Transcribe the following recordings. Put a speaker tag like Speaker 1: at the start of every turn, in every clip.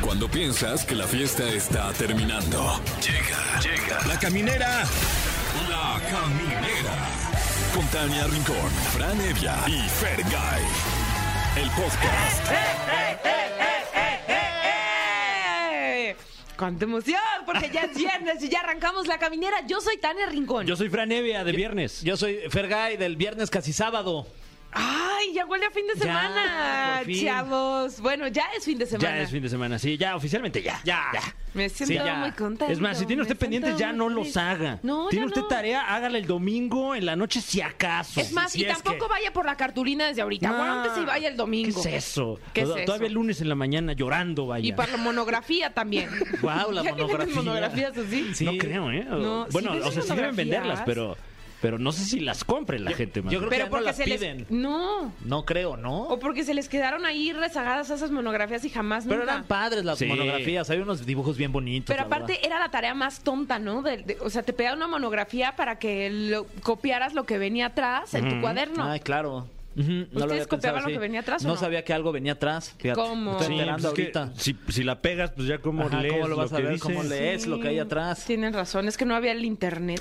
Speaker 1: Cuando piensas que la fiesta está terminando. Llega, llega. La caminera. La caminera. Con Tania Rincón, Fran Evia y Fer El podcast.
Speaker 2: ¡Eh! ¡Cuánta emoción! Porque ya es viernes y ya arrancamos la caminera. Yo soy Tania Rincón.
Speaker 3: Yo soy Fran Evia de viernes.
Speaker 4: Yo soy Fergay del viernes casi sábado.
Speaker 2: ¡Ay, ya huele a fin de
Speaker 3: Ya,
Speaker 2: semana,
Speaker 3: por fin.
Speaker 2: chavos! Bueno, ya es fin de semana.
Speaker 3: Ya es fin de semana, sí, ya oficialmente ya. Ya, ya.
Speaker 2: Me siento
Speaker 3: ya.
Speaker 2: muy contenta.
Speaker 3: Es más, si tiene
Speaker 2: me
Speaker 3: usted pendientes,
Speaker 2: siento
Speaker 3: ya no
Speaker 2: muy
Speaker 3: los
Speaker 2: feliz.
Speaker 3: haga.
Speaker 2: No,
Speaker 3: tiene
Speaker 2: ya
Speaker 3: usted
Speaker 2: no.
Speaker 3: tarea, hágala el domingo en la noche si acaso.
Speaker 2: Es más,
Speaker 3: Si- si
Speaker 2: y tampoco
Speaker 3: que-
Speaker 2: vaya por la cartulina desde ahorita.
Speaker 3: No.
Speaker 2: Aguántese y vaya el domingo.
Speaker 3: ¿Qué es eso?
Speaker 2: ¿Qué es
Speaker 3: Tod-
Speaker 2: eso?
Speaker 3: Todavía el lunes en la mañana llorando, vaya.
Speaker 2: Y para la monografía también.
Speaker 4: Wow, la
Speaker 2: ¿Ya tienen
Speaker 4: monografía.
Speaker 2: monografías así?
Speaker 3: No creo, ¿eh? O-
Speaker 2: No, sí
Speaker 3: bueno,
Speaker 2: venden
Speaker 3: o sea, sí deben
Speaker 2: monografías.
Speaker 3: venderlas, pero, pero no sé si las compre la gente. más
Speaker 4: yo
Speaker 3: bien.
Speaker 2: Pero
Speaker 4: creo que ya no
Speaker 2: porque
Speaker 4: las
Speaker 2: se
Speaker 4: piden.
Speaker 2: les... No.
Speaker 4: No creo, ¿no?
Speaker 2: O porque se les quedaron ahí rezagadas esas monografías y jamás
Speaker 4: Pero
Speaker 2: nunca.
Speaker 4: eran padres las
Speaker 3: Sí.
Speaker 4: monografías, hay unos dibujos bien bonitos.
Speaker 2: Pero
Speaker 4: Pues la verdad.
Speaker 2: aparte era la tarea más tonta, ¿no? De- de- o sea, te pedía una monografía para que lo- copiaras lo que venía atrás en tu cuaderno.
Speaker 4: Ay, claro.
Speaker 2: ¿Ustedes copiaban lo que venía atrás o
Speaker 4: No
Speaker 2: no?
Speaker 4: sabía que algo venía atrás. fíjate.
Speaker 2: ¿Cómo?
Speaker 4: Estoy
Speaker 2: Sí,
Speaker 4: enterando
Speaker 3: pues es que
Speaker 4: ahorita.
Speaker 3: si, si la pegas, pues ya cómo
Speaker 4: Ajá,
Speaker 3: lees
Speaker 4: ¿Cómo lo vas a
Speaker 3: que
Speaker 4: ver?
Speaker 3: dice?
Speaker 4: ¿Cómo lees lo que hay atrás?
Speaker 2: Tienen razón, es que no había el internet.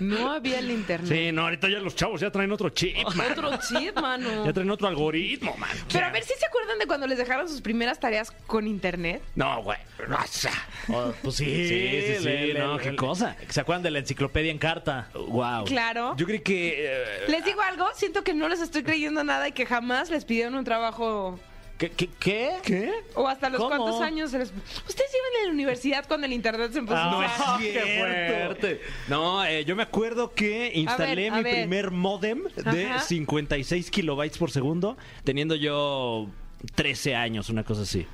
Speaker 2: no había el internet.
Speaker 3: Sí, no, ahorita ya los chavos ya traen otro chip, man.
Speaker 2: Otro chip, mano.
Speaker 3: Ya traen otro algoritmo, man. O
Speaker 2: Pero
Speaker 3: sea,
Speaker 2: a ver si se acuerdan de cuando les dejaron sus primeras tareas con internet.
Speaker 3: No, güey. No, o sea,
Speaker 4: Oh, pues sí,
Speaker 3: Sí, sí, sí,
Speaker 4: le-
Speaker 3: no,
Speaker 4: le-
Speaker 3: qué
Speaker 4: le-
Speaker 3: cosa.
Speaker 4: ¿Se acuerdan de la enciclopedia en carta?
Speaker 3: Wow.
Speaker 2: Claro.
Speaker 3: Yo creo que. eh,
Speaker 2: Les digo algo, siento que no les estoy creyendo nada y que jamás les pidieron un trabajo
Speaker 4: ¿Qué? ¿Qué? qué?
Speaker 3: ¿Qué?
Speaker 2: o hasta los
Speaker 4: ¿Cómo?
Speaker 2: cuantos años. se les- Ustedes iban en la universidad cuando el internet se empezó a
Speaker 3: No
Speaker 2: usar.
Speaker 4: Ah,
Speaker 3: es
Speaker 4: qué
Speaker 3: cierto.
Speaker 4: fuerte.
Speaker 3: No, eh, yo me acuerdo que instalé
Speaker 2: a
Speaker 3: mi
Speaker 2: ver.
Speaker 3: primer modem de
Speaker 2: Ajá.
Speaker 3: 56 kilobytes por segundo, teniendo yo 13 años, una cosa así.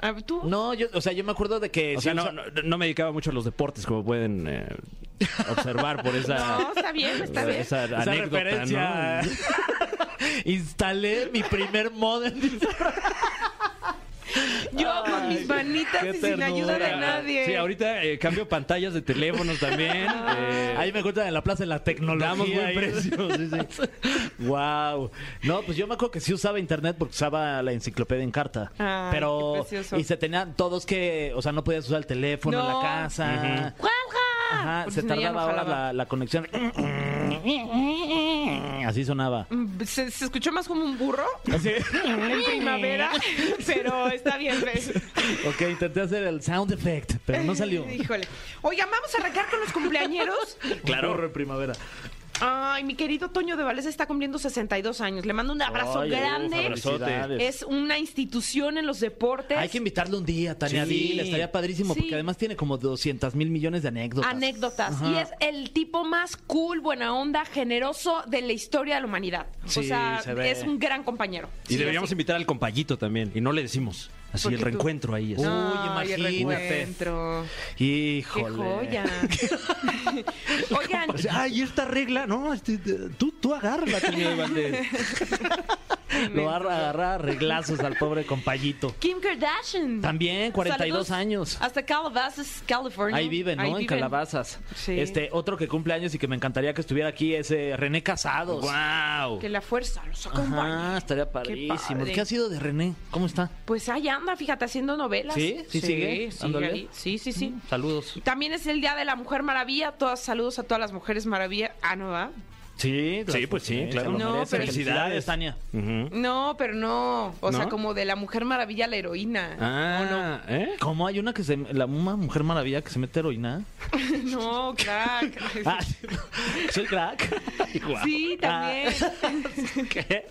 Speaker 2: Ah, ¿Tú?
Speaker 4: No, yo, o sea, yo me acuerdo de que...
Speaker 3: Eh, O
Speaker 4: sí
Speaker 3: sea, no,
Speaker 4: usa-
Speaker 3: no, no me dedicaba mucho a los deportes, como pueden eh, observar por esa,
Speaker 2: No, está bien, está bien.
Speaker 3: esa
Speaker 4: Pues Esa
Speaker 3: anécdota,
Speaker 4: referencia.
Speaker 3: ¿no?
Speaker 4: Instalé mi primer modem. dice.
Speaker 2: Yo con mis manitas
Speaker 4: qué
Speaker 2: y sin ayuda de
Speaker 4: ternura.
Speaker 2: nadie. Ah.
Speaker 3: Sí, ahorita eh, cambio pantallas de teléfonos también. eh,
Speaker 4: Ahí me encuentran en la plaza de la tecnología.
Speaker 3: Damos buen precio,
Speaker 4: wow. No, pues yo me acuerdo que sí usaba internet porque usaba la enciclopedia en carta.
Speaker 2: Ay, Ah, qué
Speaker 4: pero
Speaker 2: precioso.
Speaker 4: y se tenían todos que, o sea, no podías usar el teléfono en
Speaker 2: No.
Speaker 4: la casa.
Speaker 2: ¡Juanja!
Speaker 4: Ajá,
Speaker 2: Porque
Speaker 4: se
Speaker 2: si no, ya no
Speaker 4: tardaba horas
Speaker 2: jalaba.
Speaker 4: la, la conexión. Así sonaba.
Speaker 2: Mm, Se, se escuchó más como un burro en primavera, pero está bien. ¿ves?
Speaker 4: Ok, intenté hacer el sound effect, pero no salió.
Speaker 2: Híjole. Oigan, vamos a arrancar con los cumpleañeros.
Speaker 4: Claro, re primavera.
Speaker 2: Ay, mi querido Toño de Valesa está cumpliendo 62 años. Le mando un abrazo
Speaker 4: Ay,
Speaker 2: grande.
Speaker 3: abrazo.
Speaker 4: felicidades.
Speaker 2: Es una institución en los deportes.
Speaker 4: Hay que invitarlo un día, Tania.
Speaker 3: Sí.
Speaker 4: Dile, estaría padrísimo,
Speaker 2: Este Sí.
Speaker 4: porque además tiene como 200 mil millones de anécdotas.
Speaker 2: anécdotas.
Speaker 4: Ajá.
Speaker 2: Y es el tipo más cool, buena onda, generoso de la historia de la humanidad. o
Speaker 4: Sí,
Speaker 2: sea,
Speaker 4: se ve.
Speaker 2: es un gran compañero.
Speaker 3: Y deberíamos invitar al compayito también. Y no le decimos. Así
Speaker 2: ¿Por
Speaker 3: el
Speaker 2: qué tú?
Speaker 3: reencuentro ahí. así.
Speaker 4: Uy,
Speaker 2: Ay, el
Speaker 4: imagínate.
Speaker 2: reencuentro. Qué
Speaker 4: Híjole.
Speaker 2: joya. Oigan,
Speaker 3: O sea, ay, esta regla, no, este, tú, tú agárrala, Toño de Valdés.
Speaker 4: Lo va a agarrar a reglazos al pobre compayito.
Speaker 2: Kim Kardashian.
Speaker 4: También, 42
Speaker 2: Saludos
Speaker 4: años.
Speaker 2: Hasta Calabasas, California.
Speaker 4: Ahí vive, ¿no? en
Speaker 2: viven.
Speaker 4: Calabazas.
Speaker 2: Sí.
Speaker 4: Este, otro que cumple años y que me encantaría que estuviera aquí es eh, René
Speaker 2: Pues,
Speaker 4: Casados.
Speaker 3: ¡Wow!
Speaker 2: Que la fuerza los acompañe.
Speaker 4: Ajá, estaría padrísimo.
Speaker 2: padre.
Speaker 4: Qué, ha sido de René? ¿Cómo está?
Speaker 2: Pues ahí anda, fíjate, haciendo novelas.
Speaker 4: ¿Sí? ¿Sí sigue?
Speaker 2: Sí,
Speaker 4: Ándale.
Speaker 2: ahí. sí, sí. sí.
Speaker 4: Saludos.
Speaker 2: También es el Día de la Mujer Maravilla. Todas saludos a todas las mujeres maravilla. Ah, no va.
Speaker 4: Sí,
Speaker 3: Sí, pues sí, claro.
Speaker 2: No, pero-
Speaker 4: Felicidades,
Speaker 3: Felicidades.
Speaker 4: Tania.
Speaker 3: Ujú.
Speaker 2: No, pero no. O sea,
Speaker 3: ¿No?
Speaker 2: como de la Mujer Maravilla a la heroína.
Speaker 3: Ah, ¿eh?
Speaker 4: ¿Cómo hay una que se... La una mujer maravilla que se mete heroína?
Speaker 2: No, crack.
Speaker 4: Ah, soy crack.
Speaker 2: Sí, también.
Speaker 4: Ah.
Speaker 3: ¿Qué?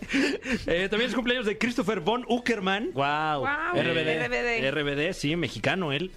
Speaker 3: Eh, también es cumpleaños de Christopher von Uckerman.
Speaker 4: Wow.
Speaker 2: Guau,
Speaker 4: RBD.
Speaker 2: RBD.
Speaker 3: RBD, sí, mexicano él.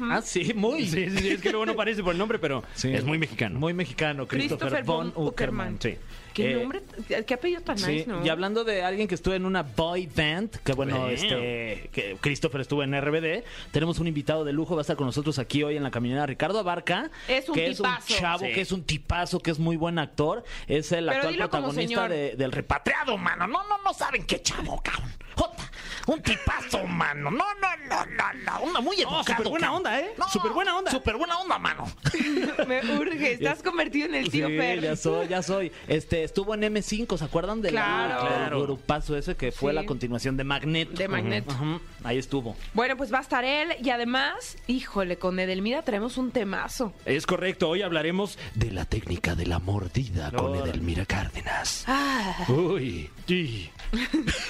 Speaker 4: Ah, sí, muy.
Speaker 3: Sí, sí, sí, es que luego no parece por el nombre, pero
Speaker 4: Sí.
Speaker 3: es muy mexicano.
Speaker 4: Muy mexicano. Christopher,
Speaker 2: Christopher
Speaker 4: von
Speaker 2: von
Speaker 4: Uckerman.
Speaker 2: Uckerman.
Speaker 3: Sí.
Speaker 2: Qué
Speaker 4: Eh,
Speaker 2: nombre, qué apellido tan
Speaker 4: Sí,
Speaker 2: nice, ¿no?
Speaker 4: y hablando de alguien que estuvo en una boy band, que bueno,
Speaker 3: Bueno.
Speaker 4: este, que Christopher estuvo en RBD, tenemos un invitado de lujo, va a estar con nosotros aquí hoy en la caminera, Ricardo Abarca,
Speaker 2: Es un
Speaker 4: que
Speaker 2: tipazo.
Speaker 4: es un chavo,
Speaker 3: Sí.
Speaker 4: que es un tipazo, que es muy buen actor, es el
Speaker 2: Pero
Speaker 4: actual
Speaker 2: dilo como
Speaker 4: protagonista
Speaker 2: señor.
Speaker 4: de- del repatriado, mano, no, no, no saben qué chavo, cabrón, jota. Un tipazo, mano. No, no, no, no, no. Una muy
Speaker 3: No,
Speaker 4: educado.
Speaker 3: súper buena
Speaker 4: cabrón.
Speaker 3: onda, ¿eh?
Speaker 4: No,
Speaker 3: Súper buena onda.
Speaker 4: Súper buena onda, mano.
Speaker 2: Me urge, estás convertido en el tío
Speaker 4: sí,
Speaker 2: Fer.
Speaker 4: ya soy, ya soy. Este, estuvo en M5, ¿se acuerdan del
Speaker 2: Claro.
Speaker 4: del grupazo ese que fue
Speaker 2: Sí.
Speaker 4: la continuación de Magnet?
Speaker 2: De Magneto.
Speaker 4: Ujú, Ahí estuvo.
Speaker 2: Bueno, pues va a estar él y además, híjole, con Edelmira traemos un temazo.
Speaker 3: Es correcto, hoy hablaremos de la técnica de la mordida con
Speaker 4: Órale.
Speaker 3: Edelmira Cárdenas.
Speaker 2: Ah,
Speaker 3: Uy.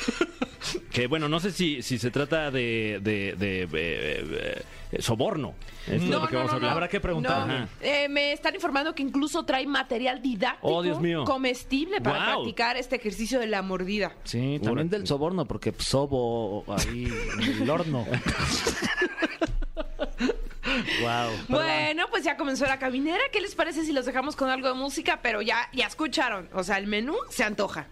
Speaker 3: que bueno, no sé si, si se trata de, de- de, eh, eh, eh, soborno. Es de lo que vamos a hablar.
Speaker 4: Habrá que preguntarle.
Speaker 2: No.
Speaker 3: Ajá.
Speaker 2: Eh, me están informando que incluso trae material didáctico,
Speaker 3: Oh, Dios mío.
Speaker 2: comestible para
Speaker 3: Guau.
Speaker 2: practicar este ejercicio de la mordida.
Speaker 4: Sí,
Speaker 3: también
Speaker 4: también
Speaker 3: del
Speaker 4: del soborno, porque sobo ahí en el horno. wow.
Speaker 2: Bueno, pues ya comenzó la caminera. ¿Qué les parece si los dejamos con algo de música? Pero ya, ya escucharon. O sea, el menú se antoja.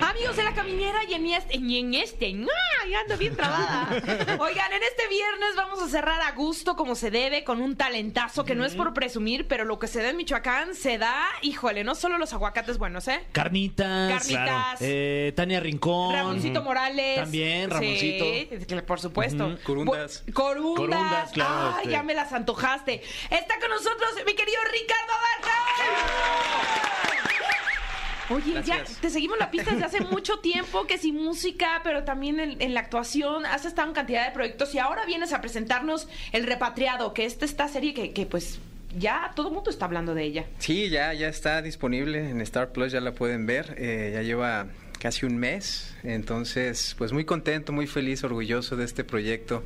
Speaker 2: Amigos de la caminera y en este, y en este, ¡ah! ya ando bien trabada. Oigan, en este viernes vamos a cerrar a gusto como se debe con un talentazo que no es por presumir, pero lo que se da en Michoacán se da, híjole, no solo los aguacates buenos, ¿eh?
Speaker 4: Carnitas.
Speaker 2: Carnitas.
Speaker 4: claro. Eh, Tania Rincón.
Speaker 2: Ramoncito Morales.
Speaker 4: También, Ramoncito.
Speaker 2: Sí, claro, por supuesto.
Speaker 5: Ujú, Corundas.
Speaker 2: Bu- Corundas.
Speaker 4: Corundas, claro, este.
Speaker 2: Ay,
Speaker 4: sí.
Speaker 2: ya me las antojaste. Está con nosotros mi querido Ricardo Abarca. Oye, ya
Speaker 5: Gracias.
Speaker 2: te seguimos la pista desde hace mucho tiempo, que sin música, pero también en, en la actuación, has estado en cantidad de proyectos y ahora vienes a presentarnos El Repatriado, que es esta serie que, que, pues ya todo el mundo está hablando de ella.
Speaker 5: Sí, ya, ya está disponible en Star Plus, ya la pueden ver. eh, ya lleva casi un mes. Entonces, pues muy contento, muy feliz, orgulloso de este proyecto.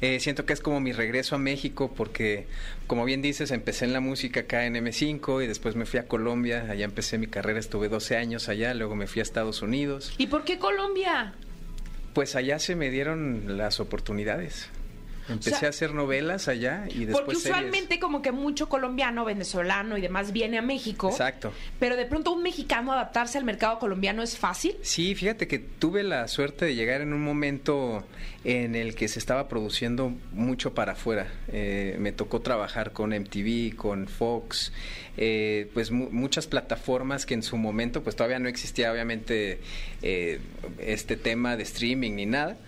Speaker 5: Eh, siento que es como mi regreso a México porque, como bien dices, empecé en la música acá en M5 y después me fui a Colombia, allá empecé mi carrera, estuve 12 años allá, luego me fui a Estados Unidos.
Speaker 2: ¿Y por qué Colombia?
Speaker 5: Pues allá se me dieron las oportunidades. Empecé
Speaker 2: O sea,
Speaker 5: a hacer novelas allá y después
Speaker 2: Porque
Speaker 5: series.
Speaker 2: usualmente como que mucho colombiano, venezolano y demás viene a México.
Speaker 5: Exacto.
Speaker 2: Pero de pronto un mexicano adaptarse al mercado colombiano es fácil.
Speaker 5: Sí, fíjate que tuve la suerte de llegar en un momento en el que se estaba produciendo mucho para afuera. Eh, me tocó trabajar con MTV, con Fox, eh, pues mu- muchas plataformas que en su momento pues todavía no existía obviamente eh, este tema de streaming ni nada.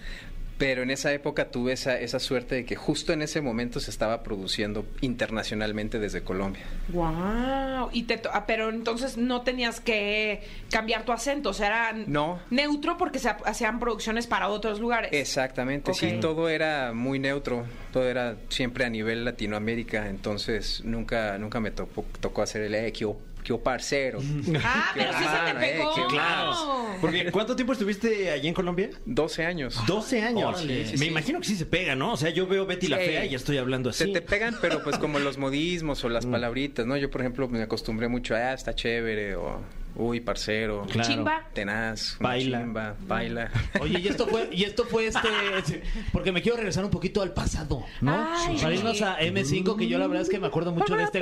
Speaker 5: Pero en esa época tuve esa, esa suerte de que justo en ese momento se estaba produciendo internacionalmente desde Colombia.
Speaker 2: Wow. Y te to- ah, pero entonces no tenías que cambiar tu acento, o sea, era
Speaker 5: No.
Speaker 2: neutro porque se ha- hacían producciones para otros lugares.
Speaker 5: Exactamente,
Speaker 2: Ok.
Speaker 5: sí, todo era muy neutro, todo era siempre a nivel Latinoamérica, entonces nunca nunca me topó- tocó hacer el eh, que parcero.
Speaker 2: Ah, pero sí se te
Speaker 5: Claro, eh,
Speaker 2: pegó.
Speaker 5: qué
Speaker 3: Claro. Porque ¿cuánto tiempo estuviste allí en Colombia?
Speaker 5: 12 años.
Speaker 3: 12 años.
Speaker 4: Órale.
Speaker 3: Me imagino que sí se pega, ¿no? O sea, yo veo Betty la
Speaker 5: Sí.
Speaker 3: Fea y ya estoy hablando
Speaker 5: Se
Speaker 3: así.
Speaker 5: te pegan, pero pues como los modismos o
Speaker 2: Mm.
Speaker 5: las palabritas, ¿no? Yo, por ejemplo, me acostumbré mucho a, ah, está chévere, o, uy, parcero,
Speaker 3: Claro.
Speaker 2: Chimba.
Speaker 5: tenaz, una
Speaker 3: Baila.
Speaker 5: chimba, baila.
Speaker 4: Oye, y esto fue, y esto fue este, porque me quiero regresar un poquito al pasado, ¿no?
Speaker 2: Ay,
Speaker 4: Para irnos a M5, que yo la verdad es que me acuerdo mucho de este.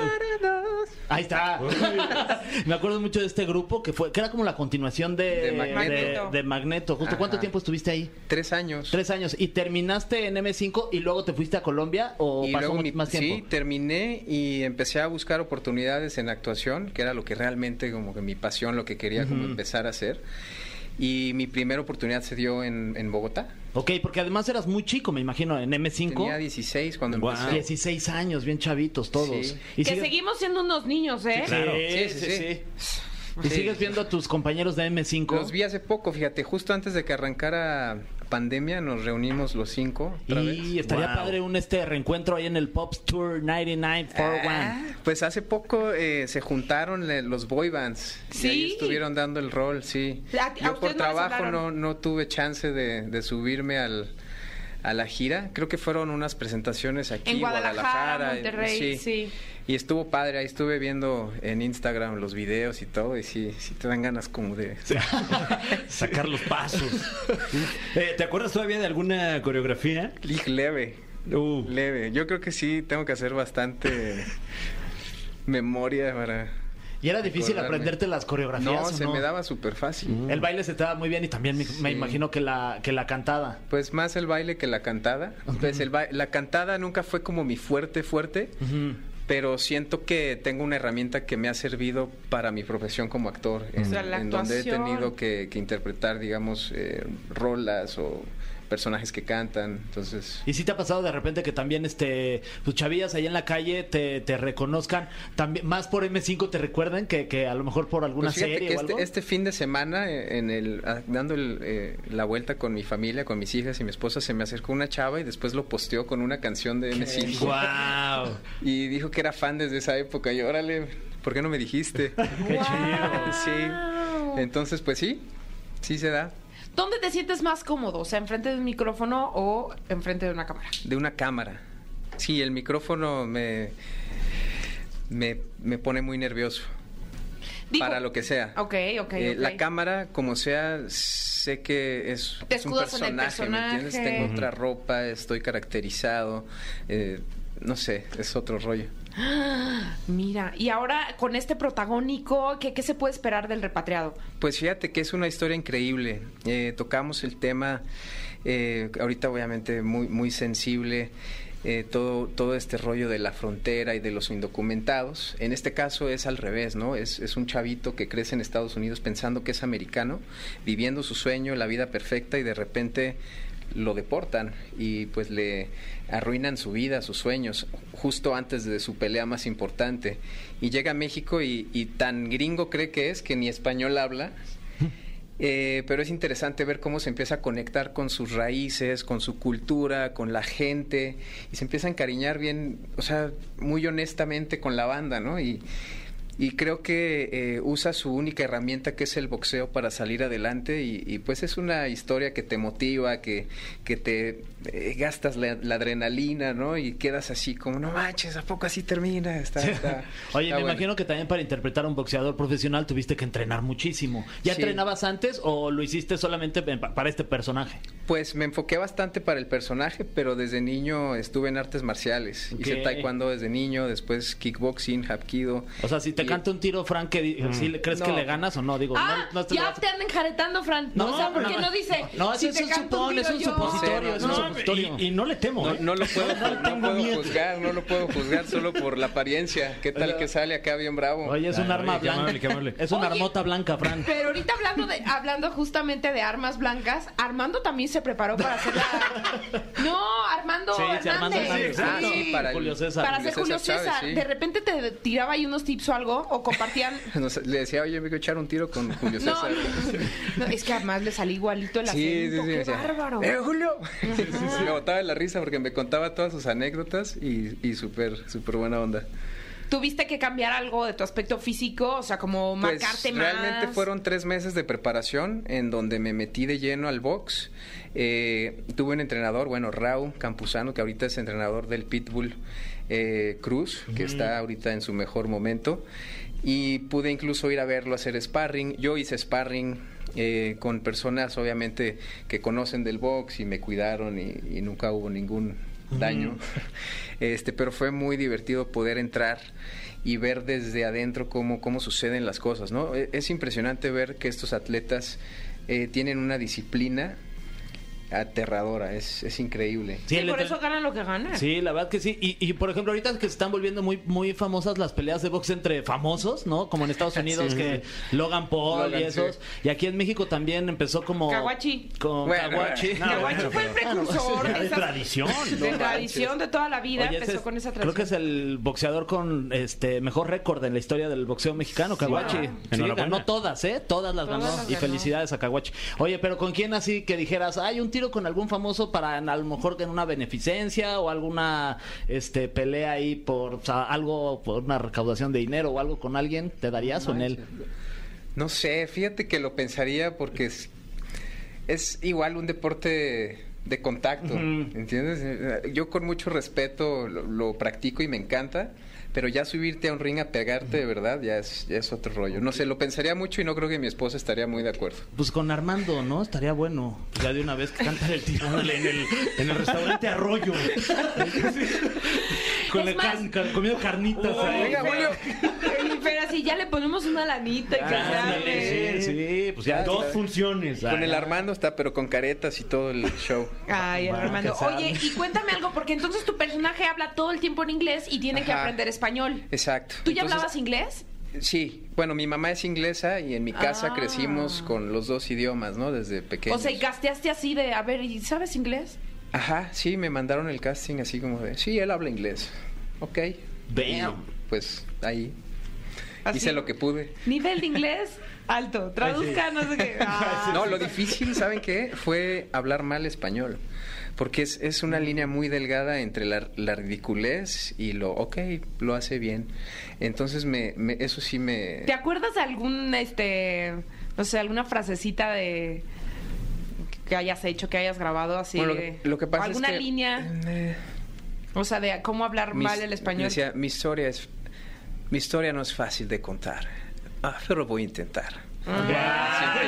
Speaker 4: Ahí está. me acuerdo mucho de este grupo que fue, que era como la continuación de,
Speaker 5: De Magneto.
Speaker 4: de- de Magneto. Justo, ¿cuánto
Speaker 5: Ajá.
Speaker 4: tiempo estuviste ahí?
Speaker 5: Tres años.
Speaker 4: Tres años. ¿Y terminaste en M5 y luego te fuiste a Colombia o
Speaker 5: Y
Speaker 4: pasó
Speaker 5: luego
Speaker 4: mu-
Speaker 5: mi-
Speaker 4: más tiempo?
Speaker 5: Sí, terminé y empecé a buscar oportunidades en actuación, que era lo que realmente como que mi pasión, lo que quería como empezar a hacer. Y mi primera oportunidad se dio en, en Bogotá.
Speaker 4: Ok, porque además eras muy chico, me imagino, en M5.
Speaker 5: Tenía 16 cuando
Speaker 3: Wow.
Speaker 5: empecé.
Speaker 4: 16 años, bien chavitos todos.
Speaker 5: Sí.
Speaker 4: Y
Speaker 2: que
Speaker 4: sigues-
Speaker 2: seguimos siendo unos niños, ¿eh?
Speaker 3: claro.
Speaker 4: Sí, sí, sí. Y
Speaker 5: Sí.
Speaker 4: sigues viendo a tus compañeros de M5.
Speaker 5: Los vi hace poco, fíjate, justo antes de que arrancara pandemia nos reunimos los cinco otra
Speaker 4: Y
Speaker 5: vez.
Speaker 4: estaría
Speaker 3: Wow.
Speaker 4: padre un este reencuentro ahí en el Pop Tour 994
Speaker 5: Ah, pues hace poco eh, se juntaron le- los boy bands
Speaker 2: Sí.
Speaker 5: y ahí estuvieron dando el rol, sí.
Speaker 2: ¿A- a
Speaker 5: Yo por
Speaker 2: ustedes no les
Speaker 5: trabajo no,
Speaker 2: hablaron?
Speaker 5: no tuve chance de, de subirme al, a la gira. Creo que fueron unas presentaciones aquí
Speaker 2: En Guadalajara,
Speaker 5: en-
Speaker 2: Monterrey, sí.
Speaker 5: Y estuvo padre, ahí estuve viendo en Instagram los videos y todo, y sí, sí te dan ganas como de...
Speaker 3: Sacar los pasos. Eh, ¿Te acuerdas todavía de alguna coreografía?
Speaker 5: Lig- Leve,
Speaker 3: Uh,
Speaker 5: leve. Yo creo que sí, tengo que hacer bastante memoria para...
Speaker 4: Y era difícil
Speaker 5: Recordarme.
Speaker 4: aprenderte las coreografías.
Speaker 5: No,
Speaker 4: ¿o Mm.
Speaker 5: se me daba súper fácil.
Speaker 4: El baile se te daba muy bien y también me, me imagino que la, que la cantada.
Speaker 5: Pues más el baile que la cantada. Pues el ba- la cantada nunca fue como mi fuerte, fuerte, pero siento que tengo una herramienta que me ha servido para mi profesión como actor, en,
Speaker 2: sea, la
Speaker 5: en donde he
Speaker 2: actuación.
Speaker 5: tenido que, que interpretar, digamos, eh, rolas o personajes que cantan. Entonces,
Speaker 4: ¿Y si te ha pasado de repente que también este tus chavillas ahí en la calle te, te reconozcan, también más por M5 te recuerden que, que a lo mejor por alguna
Speaker 5: Pues fíjate
Speaker 4: serie
Speaker 5: que
Speaker 4: o algo?
Speaker 5: este, este fin de semana, eh, en el, ah, dando el, eh, la vuelta con mi familia, con mis hijas y mi esposa, se me acercó una chava y después lo posteó con una canción de M5.
Speaker 4: ¡Guau!
Speaker 5: Y dijo que era fan desde esa época. Y órale, ¿por qué no me dijiste?
Speaker 4: ¡Qué chido!
Speaker 5: Sí. Entonces, pues sí, sí se da.
Speaker 2: ¿Dónde te sientes más cómodo? O sea, enfrente de un micrófono o enfrente de una cámara.
Speaker 5: De una cámara. Sí, el micrófono me, me, me pone muy nervioso.
Speaker 2: Digo-
Speaker 5: para lo que sea.
Speaker 2: Ok, ok,
Speaker 5: Eh,
Speaker 2: ok.
Speaker 5: La cámara, como sea, sé que es,
Speaker 2: Te
Speaker 5: es un
Speaker 2: escudas en
Speaker 5: personaje,
Speaker 2: el
Speaker 5: ¿me entiendes?
Speaker 2: personaje.
Speaker 5: Tengo otra ropa, estoy caracterizado, eh, no sé, es otro rollo.
Speaker 2: Mira, y ahora con este protagónico, ¿qué, qué se puede esperar del repatriado?
Speaker 5: Pues fíjate que es una historia increíble. Eh, tocamos el tema, eh, ahorita obviamente muy, muy sensible, eh, todo, todo este rollo de la frontera y de los indocumentados. En este caso es al revés, ¿no? Es, es un chavito que crece en Estados Unidos pensando que es americano, viviendo su sueño, la vida perfecta y de repente lo deportan y pues le arruinan su vida, sus sueños, justo antes de su pelea más importante. Y llega a México y, y tan gringo cree que es que ni español habla. Eh, pero es interesante ver cómo se empieza a conectar con sus raíces, con su cultura, con la gente, y se empieza a encariñar bien, o sea, muy honestamente con la banda, ¿no? Y, y creo que eh, usa su única herramienta que es el boxeo para salir adelante y, y, pues es una historia que te motiva, que, que te eh, gastas la, la adrenalina, ¿no? Y quedas así como, no manches, ¿a poco así termina? Está- está-
Speaker 4: Oye,
Speaker 5: está
Speaker 4: me
Speaker 5: bueno.
Speaker 4: imagino que también para interpretar a un boxeador profesional tuviste que entrenar muchísimo. ¿Ya
Speaker 5: Sí.
Speaker 4: entrenabas antes o lo hiciste solamente en- pa- para este personaje?
Speaker 5: Pues me enfoqué bastante para el personaje, pero desde niño estuve en artes marciales. Hice
Speaker 4: Ok.
Speaker 5: taekwondo desde niño, después kickboxing, hapkido.
Speaker 4: O sea, si te
Speaker 5: Y-
Speaker 4: canta un tiro, Frank, que
Speaker 3: Mm.
Speaker 4: di- ¿sí le- ¿crees que
Speaker 5: No.
Speaker 4: le ganas o no? Digo,
Speaker 2: ah,
Speaker 4: no, no
Speaker 2: ya
Speaker 4: vas a-
Speaker 2: te andan jaretando, Fran.
Speaker 4: No,
Speaker 2: o sea, ¿por
Speaker 4: no,
Speaker 2: qué
Speaker 4: no.
Speaker 2: no dice?
Speaker 4: No, ese es
Speaker 2: te
Speaker 4: un
Speaker 2: canto
Speaker 4: supón, es
Speaker 2: tiro
Speaker 4: un
Speaker 2: yo"?
Speaker 4: supositorio, es un
Speaker 5: No,
Speaker 4: supositorio.
Speaker 3: y, y no le temo,
Speaker 5: No,
Speaker 3: ¿eh?
Speaker 5: no lo puedo,
Speaker 4: No le
Speaker 5: no
Speaker 4: tengo
Speaker 5: puedo
Speaker 4: miedo.
Speaker 5: juzgar, no lo puedo juzgar solo por la apariencia. ¿Qué tal que sale acá bien bravo?
Speaker 4: Oye, es un
Speaker 3: Claro,
Speaker 4: arma
Speaker 3: oye, qué
Speaker 4: blanca.
Speaker 3: amable, qué amable.
Speaker 4: Es una
Speaker 2: Oye.
Speaker 4: armota blanca, Frank.
Speaker 2: Pero ahorita hablando de hablando justamente de armas blancas, Armando también se preparó para hacer la No, Armando
Speaker 4: Sí, sí, Armando
Speaker 2: Hernández.
Speaker 4: Hernández,
Speaker 5: Ah,
Speaker 4: exacto.
Speaker 5: sí, para el-
Speaker 4: Julio César.
Speaker 2: Para hacer Julio César,
Speaker 5: Chávez, sí.
Speaker 2: de repente te tiraba ahí unos tips o algo o compartían
Speaker 5: No sé, le decía, oye, me voy a echar un tiro con Julio
Speaker 2: no,
Speaker 5: César.
Speaker 2: no, es que además le salí igualito el acento,
Speaker 5: me
Speaker 2: qué
Speaker 5: decía,
Speaker 2: bárbaro.
Speaker 5: ¡Eh, Julio! Me botaba de la risa porque me contaba todas sus anécdotas y, y súper, súper buena onda.
Speaker 2: ¿Tuviste que cambiar algo de tu aspecto físico? O sea, como
Speaker 5: Pues,
Speaker 2: marcarte más.
Speaker 5: Realmente fueron tres meses de preparación en donde me metí de lleno al box. Eh, tuve un entrenador, bueno, Raúl Campuzano, que ahorita es entrenador del Pitbull eh, Cruz, que está ahorita en su mejor momento. Y pude incluso ir a verlo a hacer sparring. Yo hice sparring eh, con personas, obviamente, que conocen del box y me cuidaron y, y nunca hubo ningún daño. Este, pero fue muy divertido poder entrar y ver desde adentro cómo, cómo suceden las cosas, ¿no? E- Es impresionante ver que estos atletas eh, tienen una disciplina aterradora, es, es increíble.
Speaker 2: Sí,
Speaker 4: el
Speaker 2: por
Speaker 4: entre-
Speaker 2: eso ganan lo que ganan.
Speaker 4: Sí, la verdad que sí. Y, y, por ejemplo, ahorita que se están volviendo muy, muy famosas las peleas de box entre famosos, ¿no? Como en Estados Unidos,
Speaker 5: Sí.
Speaker 4: que Logan Paul
Speaker 5: Logan,
Speaker 4: y esos.
Speaker 5: sí.
Speaker 4: Y aquí en México también empezó como.
Speaker 2: Kawachi.
Speaker 4: Con
Speaker 5: Bueno, eh,
Speaker 4: Kawachi.
Speaker 5: bueno.
Speaker 2: Kawachi fue el precursor
Speaker 3: Ya
Speaker 2: de,
Speaker 3: de
Speaker 2: esas-
Speaker 3: tradición.
Speaker 2: de
Speaker 5: No
Speaker 2: tradición de toda la vida.
Speaker 4: Oye, ese
Speaker 2: empezó
Speaker 4: es-
Speaker 2: con esa
Speaker 4: creo
Speaker 2: tradición.
Speaker 4: que es el boxeador con este mejor récord en la historia del boxeo mexicano, Kawachi.
Speaker 3: ¿verdad?
Speaker 4: Sí,
Speaker 3: Enhorabuena.
Speaker 4: ganó todas, ¿eh? Todas las
Speaker 2: Todas
Speaker 4: ganó.
Speaker 2: las
Speaker 4: y
Speaker 2: ganó.
Speaker 4: felicidades a Kawachi. Oye, pero ¿con quién así que dijeras, hay un tiro con algún famoso para a lo mejor que en una beneficencia o alguna este pelea ahí por o sea, algo, por una recaudación de dinero o algo con alguien? ¿Te darías o en él?
Speaker 5: No sé, fíjate que lo pensaría porque es, es igual un deporte de contacto, ¿entiendes? Eh, Yo con mucho respeto lo, lo practico y me encanta, pero ya subirte a un ring a pegarte de verdad ya es, ya es otro rollo. No sé, lo pensaría mucho y no creo que mi esposa estaría muy de acuerdo.
Speaker 4: Pues con Armando, ¿no? Estaría bueno. Ya de una vez que canta el tiro.
Speaker 3: Ándale, en el, en el restaurante Arroyo.
Speaker 2: Es
Speaker 3: el
Speaker 2: más-
Speaker 3: can- can- comiendo carnitas.
Speaker 2: Ay,
Speaker 3: ahí.
Speaker 5: Venga,
Speaker 2: pero-
Speaker 5: Julio.
Speaker 2: Ey, Pero así ya le ponemos una lanita y que
Speaker 4: Ah,
Speaker 3: Ándale,
Speaker 2: gane.
Speaker 3: sí, sí, pues ya dos funciones.
Speaker 5: Con
Speaker 3: Ay.
Speaker 5: el Armando está, pero con caretas y todo el show.
Speaker 2: Ay,
Speaker 4: Bueno,
Speaker 2: Armando.
Speaker 4: que sabe.
Speaker 2: Oye, y cuéntame algo, porque entonces tu personaje habla todo el tiempo en inglés y tiene que
Speaker 5: Ajá.
Speaker 2: aprender español.
Speaker 5: Exacto.
Speaker 2: ¿Tú ya
Speaker 5: Entonces,
Speaker 2: hablabas inglés?
Speaker 5: Sí, bueno, mi mamá es inglesa y en mi casa
Speaker 2: Ah.
Speaker 5: crecimos con los dos idiomas, ¿no? Desde pequeños.
Speaker 2: O sea, y casteaste así de, a ver, ¿y sabes inglés?
Speaker 5: Ajá, sí, me mandaron el casting así como de, sí, él habla inglés. Ok.
Speaker 4: Damn.
Speaker 5: Y, pues ahí
Speaker 2: Así.
Speaker 5: hice lo que pude.
Speaker 2: Nivel de inglés alto, traduzca, no sé qué. Ah.
Speaker 5: No, lo difícil, ¿saben qué? Fue hablar mal español. Porque es, es una línea muy delgada entre la, la ridiculez y lo, ok, lo hace bien. Entonces, me, me- eso sí me...
Speaker 2: ¿Te acuerdas de algún, este, no sé, alguna frasecita de que hayas hecho, que hayas grabado así?
Speaker 5: Bueno,
Speaker 2: de-
Speaker 5: lo, lo que pasa
Speaker 2: ¿Alguna
Speaker 5: es que...
Speaker 2: línea?
Speaker 5: Eh,
Speaker 2: O sea, de cómo hablar
Speaker 5: Mis-
Speaker 2: mal el español.
Speaker 5: Decía, mi historia es mi historia no es fácil de contar, ah, pero voy a intentar.
Speaker 2: Ah.
Speaker 5: Así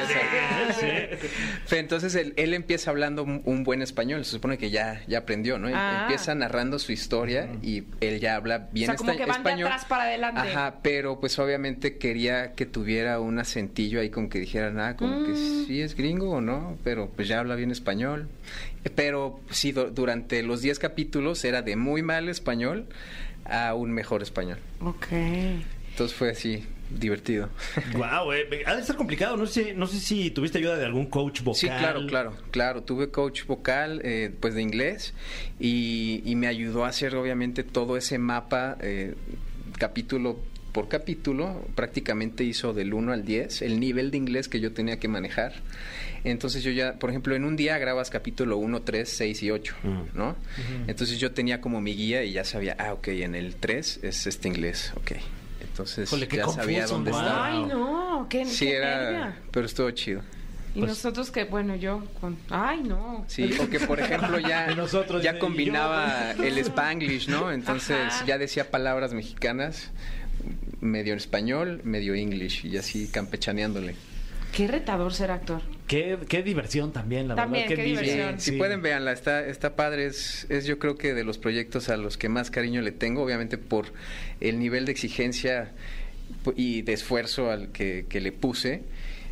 Speaker 5: empieza. Pero Entonces él, él empieza hablando un un buen español, se supone que ya, ya aprendió, ¿no?
Speaker 2: Ah.
Speaker 5: Empieza narrando su historia y él ya habla bien
Speaker 2: O sea, como
Speaker 5: esta-
Speaker 2: que van de
Speaker 5: español.
Speaker 2: atrás para adelante.
Speaker 5: Ajá, pero pues obviamente quería que tuviera un acentillo ahí como que dijera nada, como que sí es gringo o no, pero pues ya habla bien español. Eh, Pero sí, du- durante los 10 capítulos era de muy mal español a un mejor español.
Speaker 2: Ok.
Speaker 5: Entonces fue así, divertido.
Speaker 3: Guau, eh, ha de estar complicado. No sé, no sé si tuviste ayuda de algún coach vocal.
Speaker 5: Sí, claro, claro, claro. Tuve coach vocal, eh, pues de inglés, y, y me ayudó a hacer obviamente todo ese mapa, eh, capítulo por capítulo, prácticamente hizo del 1 al 10 el nivel de inglés que yo tenía que manejar. Entonces yo ya, por ejemplo, en un día grabas capítulo 1, 3, 6 y 8,
Speaker 3: Mm.
Speaker 5: ¿no? Entonces yo tenía como mi guía y ya sabía, ah, ok, en el 3 es este inglés, ok. Entonces
Speaker 3: Híjole, qué
Speaker 5: ya sabía
Speaker 3: confuso,
Speaker 5: dónde
Speaker 3: ¿no?
Speaker 5: estaba.
Speaker 2: Ay, no, qué,
Speaker 5: "Ah, Sí,
Speaker 2: qué
Speaker 5: era,
Speaker 2: nervia.
Speaker 5: pero estuvo chido.
Speaker 2: Y nosotros que, bueno, yo con... Ay, no.
Speaker 5: Sí, o que por ejemplo ya,
Speaker 3: Y nosotros,
Speaker 5: ya
Speaker 3: y yo,
Speaker 5: combinaba el spanglish, ¿no? Entonces
Speaker 2: Ajá.
Speaker 5: ya decía palabras mexicanas, medio en español, medio english, y así campechaneándole.
Speaker 2: Qué retador ser actor.
Speaker 4: Qué, qué diversión también, la
Speaker 2: También,
Speaker 4: verdad.
Speaker 2: qué
Speaker 4: envidia.
Speaker 2: diversión.
Speaker 5: Si pueden, véanla, está, está padre, es, es yo creo que de los proyectos a los que más cariño le tengo, obviamente por el nivel de exigencia pu- y de esfuerzo al que, que le puse,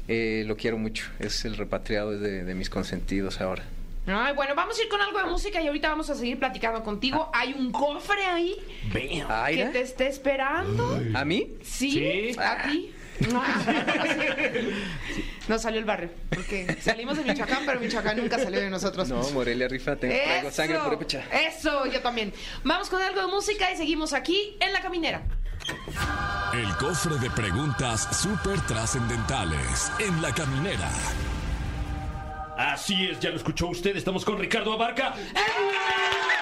Speaker 5: eh, lo quiero mucho, es el repatriado es de- de mis consentidos ahora.
Speaker 2: Ay, bueno, vamos a ir con algo de música y ahorita vamos a seguir platicando contigo.
Speaker 5: Ah.
Speaker 2: Hay un cofre ahí que
Speaker 5: ¿Aira?
Speaker 2: te está esperando.
Speaker 5: ¿A mí?
Speaker 2: ¿Sí?
Speaker 4: Sí.
Speaker 5: Ah.
Speaker 2: ¿A ti? No salió el barrio, porque salimos de Michoacán, pero Michoacán nunca salió de nosotros.
Speaker 5: No, Morelia Rifa, tengo, traigo sangre por pucha.
Speaker 2: Eso, yo también. Vamos con algo de música y seguimos aquí en La Caminera.
Speaker 1: El cofre de preguntas súper trascendentales en la caminera.
Speaker 3: Así es, ya lo escuchó usted. Estamos con Ricardo Abarca. ¡Ah!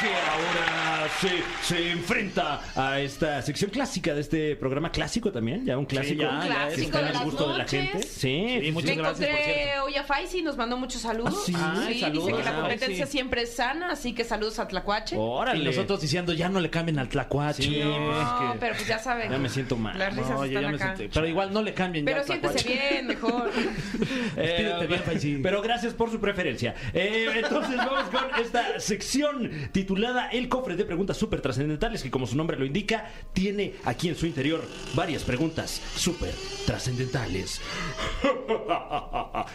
Speaker 3: Que ahora se, se enfrenta a esta sección clásica de este programa clásico también. Ya un clásico.
Speaker 4: ya, Un ya,
Speaker 2: clásico
Speaker 3: está
Speaker 2: de
Speaker 3: al
Speaker 2: las
Speaker 3: gusto de la
Speaker 2: noches.
Speaker 3: gente. Sí,
Speaker 4: Sí,
Speaker 3: muchas
Speaker 2: Me
Speaker 3: gracias, por
Speaker 2: encontré
Speaker 3: cierto.
Speaker 2: hoy a Faisy, nos mandó muchos saludos.
Speaker 3: ¿Ah, sí? Ay,
Speaker 2: dice
Speaker 3: saludos.
Speaker 2: que la
Speaker 3: Ay,
Speaker 2: competencia
Speaker 3: sí. Oh,
Speaker 2: siempre es sana, así que saludos a Tlacuache.
Speaker 3: Órale.
Speaker 4: Y nosotros diciendo, ya no le cambien al tlacuache.
Speaker 3: Sí,
Speaker 2: No,
Speaker 3: es que-
Speaker 2: pero pues ya saben.
Speaker 3: Ya me siento mal.
Speaker 2: Las risas
Speaker 4: No, yo
Speaker 2: están
Speaker 4: ya me
Speaker 2: acá.
Speaker 4: senté. Este, Pero igual no le cambien ya
Speaker 2: Pero
Speaker 4: al
Speaker 2: siéntese
Speaker 4: tlacuache.
Speaker 2: bien, mejor.
Speaker 4: Despídete bien, Faisy.
Speaker 3: Eh, Pero gracias por su preferencia. Eh, entonces vamos con esta sección titulada El cofre de preguntas súper trascendentales, que como su nombre lo indica, tiene aquí en su interior varias preguntas súper trascendentales.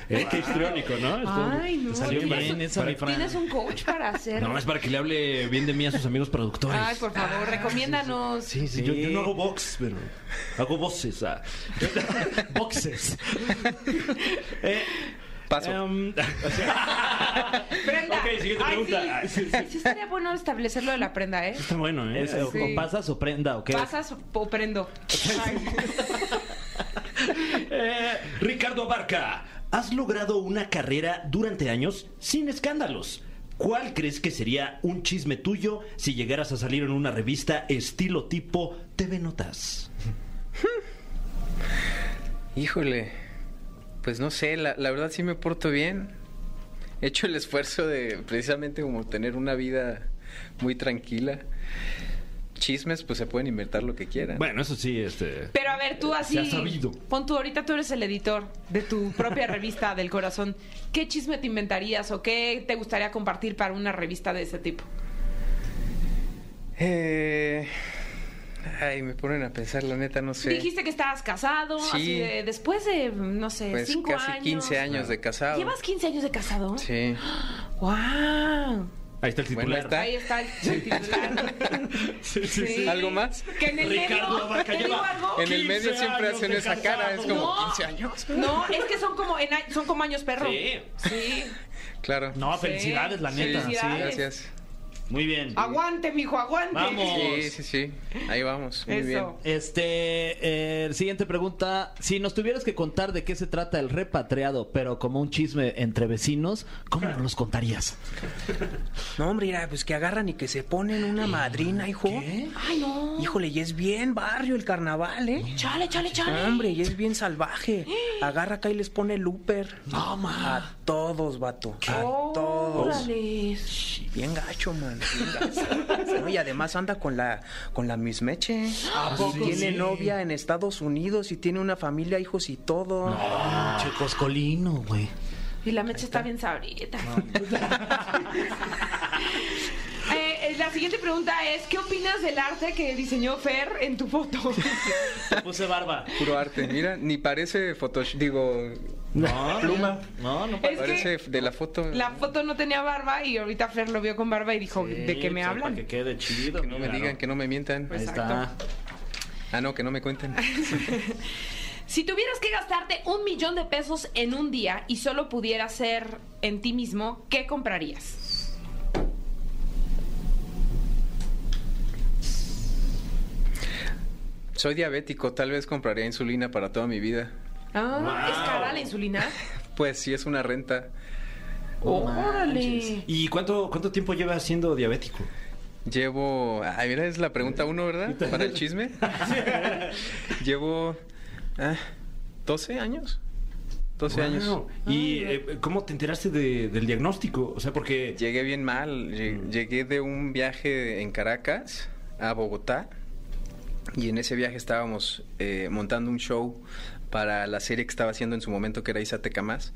Speaker 3: Eh, Qué histriónico, ¿no? Estuvo-
Speaker 2: Ay, no.
Speaker 3: salió
Speaker 2: tienes
Speaker 3: bien,
Speaker 2: un-
Speaker 3: esa mi Fran.
Speaker 2: Tienes un coach para hacer.
Speaker 3: No, es para que le hable bien de mí a sus amigos productores.
Speaker 2: Ay, por favor, recomiéndanos.
Speaker 3: Sí, sí, Yo, yo no hago box, pero hago voces. ah.
Speaker 4: Boxes.
Speaker 3: Eh,
Speaker 5: Paso.
Speaker 2: Eh,
Speaker 3: em,
Speaker 2: Prenda.
Speaker 3: Ok, siguiente
Speaker 2: Ay,
Speaker 3: pregunta.
Speaker 2: sí.
Speaker 3: Ay, sí, sí.
Speaker 2: Ay, sí estaría bueno establecer lo de la prenda, ¿eh?
Speaker 3: está bueno, ¿eh?
Speaker 4: Es, o-
Speaker 2: Sí.
Speaker 4: o pasas o prenda o qué.
Speaker 2: ¿Pasas o prendo?
Speaker 3: Eh, Ricardo Abarca, has logrado una carrera durante años sin escándalos. ¿Cuál crees que sería un chisme tuyo si llegaras a salir en una revista estilo tipo TV Notas?
Speaker 5: Híjole, pues no sé, la, la verdad sí me porto bien. He hecho el esfuerzo de precisamente como tener una vida muy tranquila. Chismes, pues se pueden inventar lo que quieran.
Speaker 3: Bueno, eso sí, este.
Speaker 2: Pero a ver, tú así.
Speaker 3: Se ha sabido.
Speaker 2: Pon tú, ahorita tú eres el editor de tu propia revista del corazón. ¿Qué chisme te inventarías o qué te gustaría compartir para una revista de ese tipo?
Speaker 5: Eh, ay, me ponen a pensar, la neta, no sé.
Speaker 2: Dijiste que estabas casado,
Speaker 5: Sí.
Speaker 2: así de, después de, no sé,
Speaker 5: pues
Speaker 2: cinco
Speaker 5: casi
Speaker 2: años.
Speaker 5: 15 años de casado.
Speaker 2: ¿Llevas 15 años de casado?
Speaker 5: Sí.
Speaker 2: ¡Wow!
Speaker 3: Ahí está el
Speaker 5: Bueno,
Speaker 3: titular.
Speaker 5: está.
Speaker 2: Ahí está el titular.
Speaker 3: Sí, sí, sí.
Speaker 2: Sí.
Speaker 5: ¿Algo más?
Speaker 2: Que en el
Speaker 6: Ricardo
Speaker 2: medio,
Speaker 6: Abarca
Speaker 2: ¿te digo
Speaker 6: lleva-
Speaker 2: algo?
Speaker 5: En el
Speaker 6: 15
Speaker 5: medio siempre
Speaker 6: años
Speaker 5: hacen
Speaker 6: de
Speaker 5: esa cara, es
Speaker 6: casado.
Speaker 5: como
Speaker 2: No.
Speaker 5: 15 años.
Speaker 2: No, es que son como, en a- son como años perro.
Speaker 6: Sí.
Speaker 2: Sí.
Speaker 5: Claro.
Speaker 4: No, felicidades, la
Speaker 2: Sí,
Speaker 4: neta.
Speaker 5: sí,
Speaker 2: felicidades.
Speaker 5: gracias.
Speaker 6: Muy bien.
Speaker 2: Aguante, mijo, aguante.
Speaker 6: Vamos.
Speaker 5: Sí, sí, sí. Ahí vamos. Muy bien.
Speaker 2: Eso.
Speaker 4: Este, eh, siguiente pregunta. Si nos tuvieras que contar de qué se trata el repatriado, pero como un chisme entre vecinos, ¿cómo nos los contarías?
Speaker 5: No, hombre, mira, pues que agarran y que se ponen una madrina, hijo.
Speaker 2: Ay, no.
Speaker 5: Híjole, y es bien barrio el carnaval, ¿eh?
Speaker 2: Chale, chale, chale.
Speaker 5: No, hombre, y es bien salvaje. Agarra acá y les pone looper.
Speaker 4: No, ma.
Speaker 5: A todos, vato. A todos.
Speaker 2: Órale.
Speaker 5: Bien gacho, man. bien gacho. No, y además anda con la con la mismeche. Tiene novia en Estados Unidos y tiene una familia, hijos y todo.
Speaker 4: Che, coscolino, güey.
Speaker 2: Y la mecha está bien sabrita. Eh, eh, la siguiente pregunta es, ¿qué opinas del arte que diseñó Fer en tu foto?
Speaker 6: Te puse barba.
Speaker 5: Puro arte. Mira, ni parece Photoshop. Digo,
Speaker 3: Ah.
Speaker 6: No.
Speaker 5: Pluma.
Speaker 6: No, no.
Speaker 2: Es
Speaker 5: parece
Speaker 2: que
Speaker 5: de la foto.
Speaker 2: la foto no tenía barba y ahorita Fer lo vio con barba y dijo, ¿de qué me
Speaker 6: Sí,
Speaker 2: hablan?
Speaker 6: Para que quede chido.
Speaker 5: Que no me
Speaker 6: mira,
Speaker 5: digan, que no me mientan.
Speaker 2: Pues-
Speaker 4: Ahí está.
Speaker 5: Ah, no, que no me cuenten.
Speaker 2: Si tuvieras que gastarte un millón de pesos en un día y solo pudieras ser en ti mismo, ¿qué comprarías?
Speaker 5: Soy diabético, tal vez compraría insulina para toda mi vida.
Speaker 2: Ah, ¿Es
Speaker 6: Wow.
Speaker 2: cara la insulina?
Speaker 5: Pues sí, es una renta.
Speaker 2: ¡Órale!
Speaker 6: ¿Y cuánto, cuánto tiempo lleva siendo diabético?
Speaker 5: Llevo. Ay, mira, es la pregunta uno, ¿verdad? Para el chisme. Llevo. ah, 12 años. 12 años.
Speaker 6: Wow. ¿Y eh, cómo te enteraste de- del diagnóstico? O sea, porque...
Speaker 5: Llegué bien mal. Lle- Llegué de un viaje en Caracas a Bogotá. Y en ese viaje estábamos eh, montando un show para la serie que estaba haciendo en su momento, que era Isateca Más.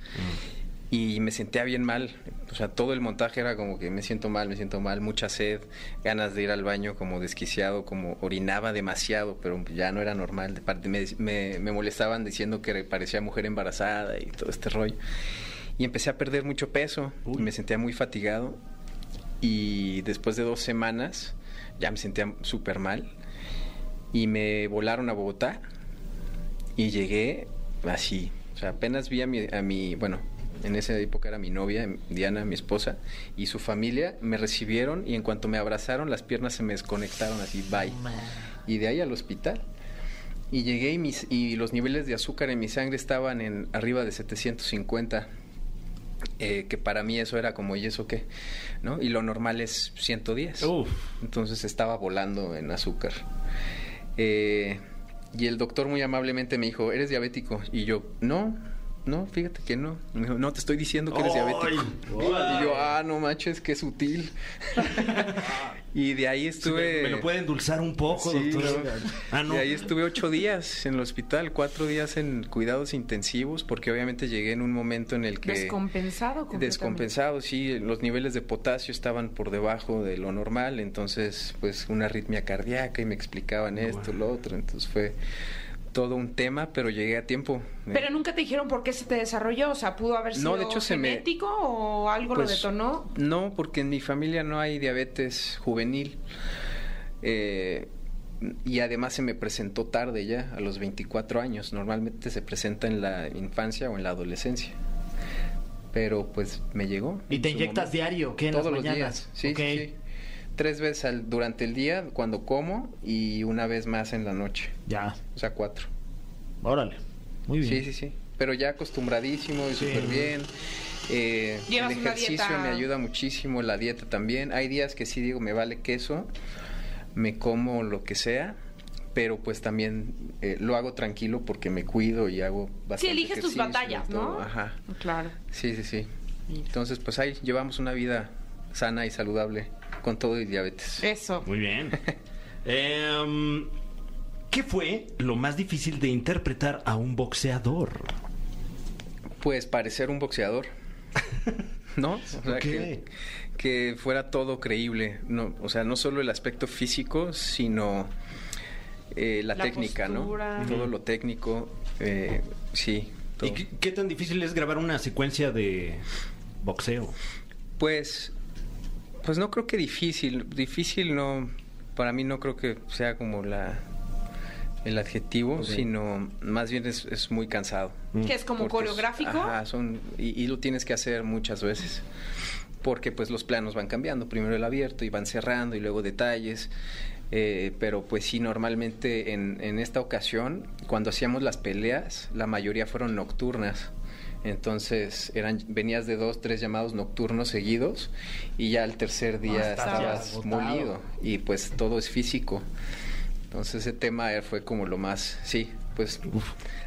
Speaker 5: Y me sentía bien mal. O sea, todo el montaje era como que me siento mal, me siento mal, mucha sed, ganas de ir al baño como desquiciado, como orinaba demasiado, pero ya no era normal. De parte- me- me- me molestaban diciendo que parecía mujer embarazada y todo este rollo y empecé a perder mucho peso y me sentía muy fatigado y después de dos semanas ya me sentía súper mal y me volaron a Bogotá y llegué así, o sea, apenas vi a mi, a mi bueno, en esa época era mi novia, Diana, mi esposa, y su familia me recibieron y en cuanto me abrazaron las piernas se me desconectaron así, bye. Y de ahí al hospital. Y llegué y, mis, y los niveles de azúcar en mi sangre estaban en arriba de 750, eh, que para mí eso era como, ¿y eso qué? ¿No? Y lo normal es 110.
Speaker 3: Uh,
Speaker 6: Uf.
Speaker 5: Entonces estaba volando en azúcar. Eh, y el doctor muy amablemente me dijo, ¿eres diabético? Y yo, no, no, fíjate que no. Me dijo, no, te estoy diciendo que eres
Speaker 6: ¡Ay!
Speaker 5: diabético.
Speaker 6: ¡Ay!
Speaker 5: Y yo, ah, no manches, qué sutil. y de ahí estuve...
Speaker 6: ¿Me lo puede endulzar un poco,
Speaker 5: Sí,
Speaker 6: doctor?
Speaker 5: no.
Speaker 6: Ah, no.
Speaker 5: Y ahí estuve ocho días en el hospital, cuatro días en cuidados intensivos, porque obviamente llegué en un momento en el que...
Speaker 2: Descompensado completamente.
Speaker 5: Descompensado, sí, los niveles de potasio estaban por debajo de lo normal, entonces pues una arritmia cardíaca y me explicaban esto, lo otro, entonces fue todo un tema, pero llegué a tiempo.
Speaker 2: Pero nunca te dijeron por qué se te desarrolló, o sea, pudo haber sido
Speaker 5: No, de hecho, se me-
Speaker 2: genético o algo lo
Speaker 5: Pues,
Speaker 2: detonó.
Speaker 5: No, porque en mi familia no hay diabetes juvenil. Eh, y además se me presentó tarde ya, a los 24 años. Normalmente se presenta en la infancia o en la adolescencia. Pero pues me llegó.
Speaker 4: ¿Y
Speaker 5: en
Speaker 4: te
Speaker 5: su
Speaker 4: inyectas
Speaker 5: momento.
Speaker 4: diario? ¿Qué? ¿En
Speaker 5: Todos
Speaker 4: las
Speaker 5: los
Speaker 4: mañanas?
Speaker 5: días. Sí,
Speaker 4: Ok.
Speaker 5: sí, sí. Tres veces al- durante el día cuando como y una vez más en la noche.
Speaker 4: Ya.
Speaker 5: O sea, cuatro.
Speaker 4: Órale. Muy bien.
Speaker 5: Sí, sí, sí. Pero ya acostumbradísimo y súper bien. Eh,
Speaker 2: Llevas
Speaker 5: el
Speaker 2: una
Speaker 5: ejercicio
Speaker 2: dieta-
Speaker 5: me ayuda muchísimo, la dieta también. Hay días que sí digo, me vale queso, me como lo que sea, pero pues también eh, lo hago tranquilo porque me cuido y hago bastante
Speaker 2: Sí, eliges tus
Speaker 5: ejercicio y
Speaker 2: batallas,
Speaker 5: todo.
Speaker 2: ¿no?
Speaker 5: Ajá.
Speaker 2: Claro.
Speaker 5: Sí, sí, sí. Entonces, pues ahí llevamos una vida sana y saludable con todo y diabetes.
Speaker 2: Eso.
Speaker 6: Muy bien. Em, ¿Qué fue lo más difícil de interpretar a un boxeador?
Speaker 5: Pues parecer un boxeador. ¿No? O sea,
Speaker 6: Ok.
Speaker 5: que, que fuera todo creíble. No, o sea, no solo el aspecto físico, sino eh, la,
Speaker 2: La
Speaker 5: técnica,
Speaker 2: postura.
Speaker 5: ¿no? Todo lo técnico. eh, sí. todo.
Speaker 6: ¿Y qué, qué tan difícil es grabar una secuencia de boxeo?
Speaker 5: Pues, Pues no creo que difícil, difícil no, para mí no creo que sea como la el adjetivo, sino más bien es, es muy cansado.
Speaker 2: Que es como
Speaker 5: Porque es-
Speaker 2: coreográfico.
Speaker 5: ajá, son, y, y lo tienes que hacer muchas veces. Porque pues los planos van cambiando, primero el abierto y van cerrando y luego detalles. Eh, pero pues sí, normalmente en, en esta ocasión, cuando hacíamos las peleas, la mayoría fueron nocturnas. Entonces eran venías de dos, tres llamados nocturnos seguidos y ya al tercer día
Speaker 4: estabas
Speaker 5: estabas
Speaker 4: agotado.
Speaker 5: molido y pues todo es físico. Entonces ese tema eh, fue como lo más, sí, pues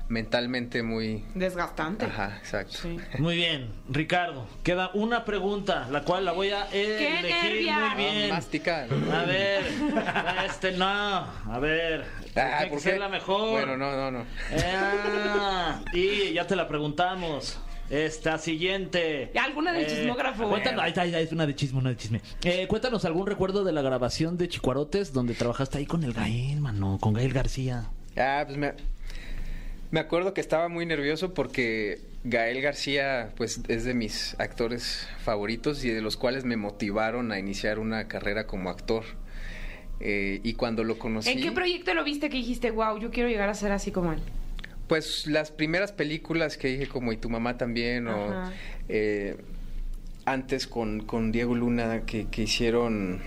Speaker 5: mentalmente muy...
Speaker 2: Desgastante.
Speaker 5: Ajá, exacto.
Speaker 2: Sí.
Speaker 4: Muy bien, Ricardo, queda una pregunta, la cual la voy a elegir
Speaker 2: nervia!
Speaker 5: Ah,
Speaker 4: muy bien.
Speaker 5: Masticar.
Speaker 4: A ver, este no, a ver,
Speaker 5: Ah,
Speaker 4: tiene que
Speaker 5: ¿por
Speaker 4: ser
Speaker 5: qué?
Speaker 4: la mejor. Eh.
Speaker 5: Bueno, no, no, no.
Speaker 4: Ah, y ya te la preguntamos. Esta siguiente. Eh,
Speaker 2: Ya, alguna del chismógrafo.
Speaker 4: Cuéntanos, ahí está, ahí está, es una de chisme, una de chisme. Eh, cuéntanos algún recuerdo de la grabación de Chicuarotes donde trabajaste ahí con el Gael, mano, con Gael García.
Speaker 5: Ah, pues me, me acuerdo que estaba muy nervioso porque Gael García, pues es de mis actores favoritos y de los cuales me motivaron a iniciar una carrera como actor. Eh, y cuando lo conocí...
Speaker 2: ¿En qué proyecto lo viste que dijiste, wow, yo quiero llegar a ser así como él?
Speaker 5: Pues las primeras películas que dije, como Y tu mamá también, o
Speaker 2: Ajá.
Speaker 5: eh, antes con, con Diego Luna, que, que hicieron.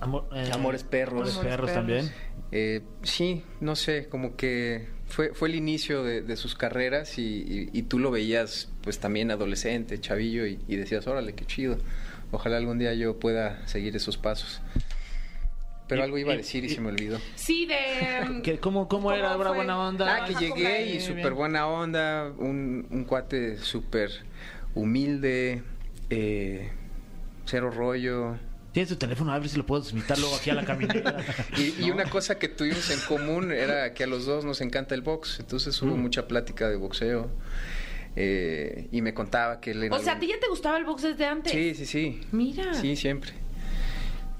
Speaker 4: Amor- eh,
Speaker 5: Amores perros.
Speaker 4: Amores perros también.
Speaker 5: eh, sí, no sé, como que fue, fue el inicio de, de sus carreras y, y- y tú lo veías, pues también adolescente, chavillo, y, y decías, órale, qué chido. Ojalá algún día yo pueda seguir esos pasos. Pero
Speaker 4: Y-
Speaker 5: algo iba a
Speaker 4: y-
Speaker 5: decir y,
Speaker 4: y-
Speaker 5: se me olvidó.
Speaker 2: Sí, de. em,
Speaker 4: ¿Qué- cómo, ¿Cómo
Speaker 2: ¿Cómo
Speaker 4: era? ¿Era
Speaker 2: fue?
Speaker 4: buena onda?
Speaker 5: Ah, que
Speaker 2: Ajá,
Speaker 5: llegué
Speaker 2: con
Speaker 5: y
Speaker 2: la-
Speaker 5: súper buena onda, un, un cuate súper humilde, eh, cero rollo.
Speaker 4: Tienes tu teléfono, a ver si lo puedo invitar luego aquí a la caminera.
Speaker 5: Y, y una cosa que tuvimos en común era que a los dos nos encanta el box, entonces hubo mucha plática de boxeo. eh, y me contaba que él... en
Speaker 2: O sea, ¿a ti
Speaker 5: algún-
Speaker 2: ya te Ah. gustaba el box desde antes?
Speaker 5: Sí, sí, sí.
Speaker 2: Mira.
Speaker 5: Sí, siempre.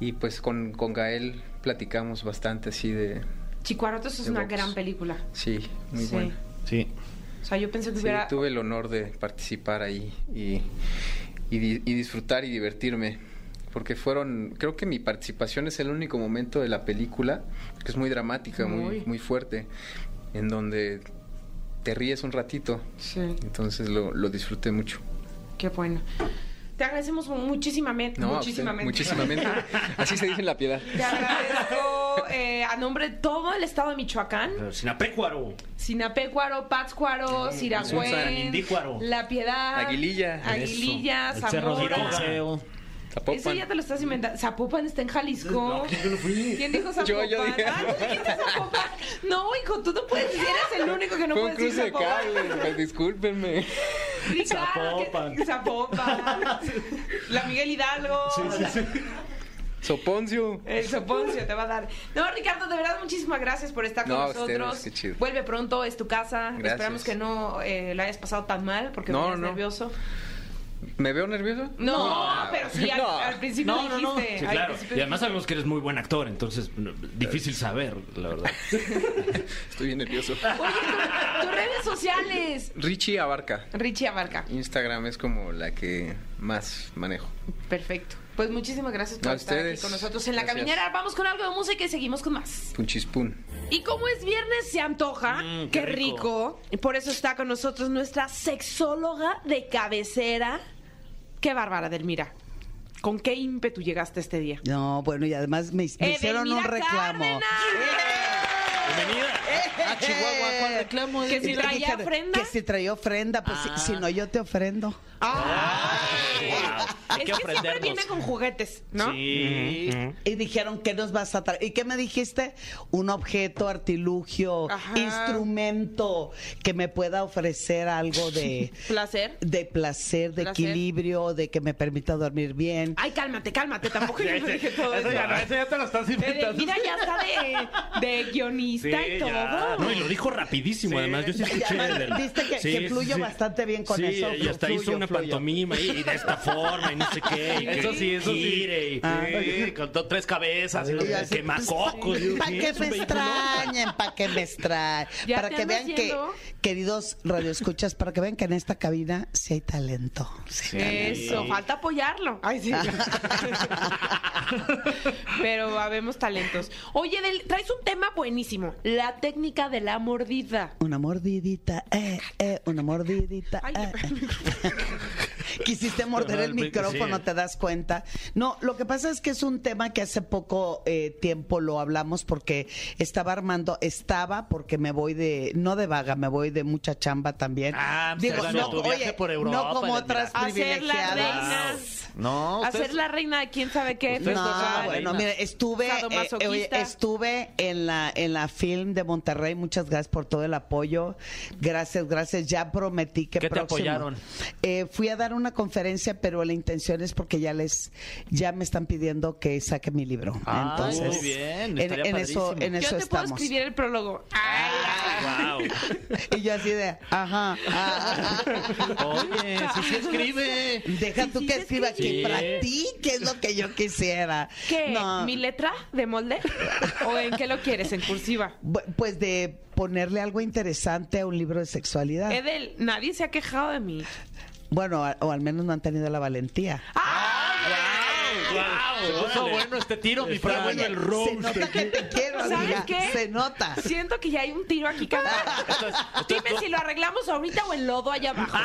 Speaker 5: Y pues con, con Gael platicamos bastante así de...
Speaker 2: Chicuarotes es
Speaker 5: De
Speaker 2: una
Speaker 5: box.
Speaker 2: gran película.
Speaker 5: Sí, muy
Speaker 2: Sí.
Speaker 5: buena.
Speaker 4: Sí.
Speaker 2: O sea, yo pensé que
Speaker 5: Sí,
Speaker 2: hubiera.
Speaker 5: tuve el honor de participar ahí y, y di- y disfrutar y divertirme. Porque fueron, creo que mi participación es el único momento de la película, que es muy dramática, muy,
Speaker 2: Muy.
Speaker 5: muy fuerte, en donde te ríes un ratito.
Speaker 2: Sí,
Speaker 5: Entonces lo, lo disfruté mucho.
Speaker 2: qué bueno. Te agradecemos muchísimamente.
Speaker 5: No, a usted,
Speaker 2: muchísimamente.
Speaker 5: muchísimamente. Así se dice en la piedad.
Speaker 2: Te agradezco eh, a nombre de todo el estado de Michoacán.
Speaker 6: Sinapecuaro.
Speaker 2: Sinapecuaro, Pátzcuaro,
Speaker 5: Asunción,
Speaker 2: Siracuén,
Speaker 6: Indícuaro.
Speaker 2: La Piedad,
Speaker 5: Aguililla.
Speaker 2: Aguililla,
Speaker 4: El Cerro de
Speaker 2: Zamora.
Speaker 4: Boxeo.
Speaker 5: Zapopan.
Speaker 2: Eso ya te lo estás inventando. Zapopan está en Jalisco. ¿Quién dijo Zapopan?
Speaker 5: Yo, yo dije.
Speaker 2: Ah, ¿tú dijiste Zapopan? No, hijo, tú no puedes decir, eres el único que no
Speaker 5: Fue un
Speaker 2: puedes decir
Speaker 5: cruce de
Speaker 2: Zapopan.
Speaker 5: cables, pues, discúlpenme.
Speaker 2: Ricardo, que- Zapopan. La Miguel Hidalgo.
Speaker 5: Soponcio.
Speaker 2: El soponcio te va a dar. No, Ricardo, de verdad, muchísimas gracias por estar con
Speaker 5: No, a
Speaker 2: nosotros.
Speaker 5: ustedes, qué chido.
Speaker 2: Vuelve pronto, es tu casa.
Speaker 5: Gracias.
Speaker 2: Esperamos que no eh, la hayas pasado tan mal porque
Speaker 5: No,
Speaker 2: venías
Speaker 5: no.
Speaker 2: nervioso.
Speaker 5: ¿Me veo nervioso?
Speaker 2: No, pero sí, al,
Speaker 5: No.
Speaker 2: al principio
Speaker 6: No, no, no.
Speaker 2: dijiste.
Speaker 6: Sí,
Speaker 2: al
Speaker 6: claro.
Speaker 2: principio
Speaker 3: Y además
Speaker 2: dijiste.
Speaker 3: sabemos que eres muy buen actor, entonces no,
Speaker 6: mm,
Speaker 3: difícil saber, la verdad.
Speaker 5: Estoy bien nervioso.
Speaker 2: Oye, tu- tus redes sociales.
Speaker 5: Richie Abarca.
Speaker 2: Richie Abarca.
Speaker 5: Instagram es como la que más manejo.
Speaker 2: Perfecto. Pues muchísimas gracias por
Speaker 5: A
Speaker 2: estar aquí
Speaker 5: ustedes.
Speaker 2: con nosotros en la
Speaker 5: Gracias.
Speaker 2: caminera. Vamos con algo de música y seguimos con más.
Speaker 5: Punchispun.
Speaker 2: Y como es viernes, se antoja.
Speaker 4: Mm,
Speaker 2: qué
Speaker 4: qué
Speaker 2: rico. Y por eso está con nosotros nuestra sexóloga de cabecera. Qué bárbara, Delmira. ¿Con qué ímpetu llegaste este día?
Speaker 7: No, bueno, y además me,
Speaker 2: Eh,
Speaker 7: me hicieron un
Speaker 2: ¡Edelmira
Speaker 7: reclamo.
Speaker 2: Cárdenas!
Speaker 7: Ah, Chihuahua, ¿cuál reclamo?
Speaker 2: Eh, ¿Que si
Speaker 7: Entonces
Speaker 2: traía
Speaker 7: dijeron,
Speaker 2: ofrenda? Ah.
Speaker 7: Que si traía ofrenda, pues si- si, no yo te ofrendo.
Speaker 2: ¡Ay!
Speaker 4: Hay
Speaker 2: Ah. Es
Speaker 4: que
Speaker 2: que siempre
Speaker 4: ofrendernos.
Speaker 2: viene con juguetes, ¿no?
Speaker 4: Sí.
Speaker 7: Y dijeron, ¿qué nos vas a traer? ¿Y qué me dijiste? Un objeto, artilugio,
Speaker 2: Ajá.
Speaker 7: instrumento que me pueda ofrecer algo de,
Speaker 2: Placer.
Speaker 7: de placer, de
Speaker 2: Placer.
Speaker 7: equilibrio, de que me permita dormir bien.
Speaker 2: Ay, cálmate, cálmate. Tampoco yo dije todo eso. Eh,
Speaker 4: te lo estás
Speaker 2: Edelmira ya está de, de guionis- entrevista y todo.
Speaker 6: ya. No, y lo dijo rapidísimo,
Speaker 5: Sí.
Speaker 6: además. Yo sí
Speaker 7: Y
Speaker 6: escuché.
Speaker 7: además,
Speaker 6: del-
Speaker 7: viste que- que fluyo bastante bien con
Speaker 6: Sí,
Speaker 7: eso,
Speaker 6: Y hasta
Speaker 7: fluyo,
Speaker 6: hizo una
Speaker 7: fluyo.
Speaker 6: pantomima y, y de esta forma y no sé qué. y
Speaker 4: Eso
Speaker 6: que
Speaker 4: sí, eso sí.
Speaker 6: gire y-
Speaker 4: Sí, con to- tres cabezas, y no
Speaker 7: Y
Speaker 4: sé,
Speaker 7: Ah. así,
Speaker 4: quemacocos. y-
Speaker 7: Para que
Speaker 6: es un
Speaker 7: me
Speaker 6: vehículo.
Speaker 7: extrañen, para que me extrañen.
Speaker 2: Ya
Speaker 7: Para
Speaker 2: te
Speaker 7: que
Speaker 2: ando
Speaker 7: vean que,
Speaker 2: haciendo.
Speaker 7: queridos radioescuchas, para que vean que en esta cabina sí hay talento. Sí.
Speaker 2: Eso, falta apoyarlo. Ay, sí. Pero habemos talentos. Oye, Del, traes un tema buenísimo. La técnica de la mordida.
Speaker 7: Una mordidita, eh, eh, una mordidita.
Speaker 2: Ay,
Speaker 7: eh,
Speaker 2: qué-
Speaker 7: eh. Quisiste morder
Speaker 6: Ajá,
Speaker 7: el
Speaker 6: el brinco,
Speaker 7: micrófono,
Speaker 6: sí.
Speaker 7: te das cuenta. No, lo que pasa es que es un tema que hace poco eh, tiempo lo hablamos porque estaba armando, estaba porque me voy de, no de vaga, me voy de mucha chamba también.
Speaker 4: Ah, pues, era tu viaje por Europa,
Speaker 7: no como
Speaker 4: la
Speaker 7: otras
Speaker 2: tirada. Hacer la
Speaker 7: privilegiadas. No,
Speaker 2: Hacer la reina de quién sabe qué.
Speaker 7: no,
Speaker 2: Ah, reina.
Speaker 7: bueno, mira, estuve,
Speaker 2: Sadomasoquista.
Speaker 7: eh, oye, estuve en la en la film de Monterrey. Muchas gracias por todo el apoyo. Gracias, gracias. Ya prometí que
Speaker 4: ¿Qué te
Speaker 7: próximo-
Speaker 4: apoyaron?
Speaker 7: Eh, fui a dar una conferencia, pero la intención es porque ya les ya me están pidiendo que saque mi libro.
Speaker 4: Ay,
Speaker 7: Entonces,
Speaker 4: Ah, muy bien,
Speaker 7: en,
Speaker 4: estaría
Speaker 7: en eso
Speaker 4: padrísimo.
Speaker 7: en
Speaker 2: Yo
Speaker 7: eso
Speaker 2: te puedo
Speaker 7: estamos. Ah.
Speaker 2: escribir el prólogo. Ay,
Speaker 6: Wow.
Speaker 7: Y yo así de, ajá. ah,
Speaker 4: Oye, sí, sí escribe.
Speaker 7: Deja
Speaker 2: Sí,
Speaker 7: tú
Speaker 2: sí,
Speaker 7: que
Speaker 2: se
Speaker 7: escriba, que
Speaker 3: escribe.
Speaker 7: practique es lo que yo quisiera.
Speaker 2: ¿Qué?
Speaker 7: No.
Speaker 2: ¿Mi letra de molde? ¿O en qué lo quieres? ¿En cursiva?
Speaker 7: Bu- Pues de ponerle algo interesante a un libro de sexualidad.
Speaker 2: Edel, nadie se ha quejado de mí.
Speaker 7: Bueno, a- o al menos no han tenido la valentía. Ah,
Speaker 4: Se puso bueno ¿eh? este tiro, mi Fran.
Speaker 7: Oye, Se nota que te quiero,
Speaker 2: ¿Sabes
Speaker 7: amiga.
Speaker 2: qué?
Speaker 7: Se nota.
Speaker 2: Siento que ya hay un tiro aquí cantando. Dime si lo arreglamos ahorita o el lodo allá abajo.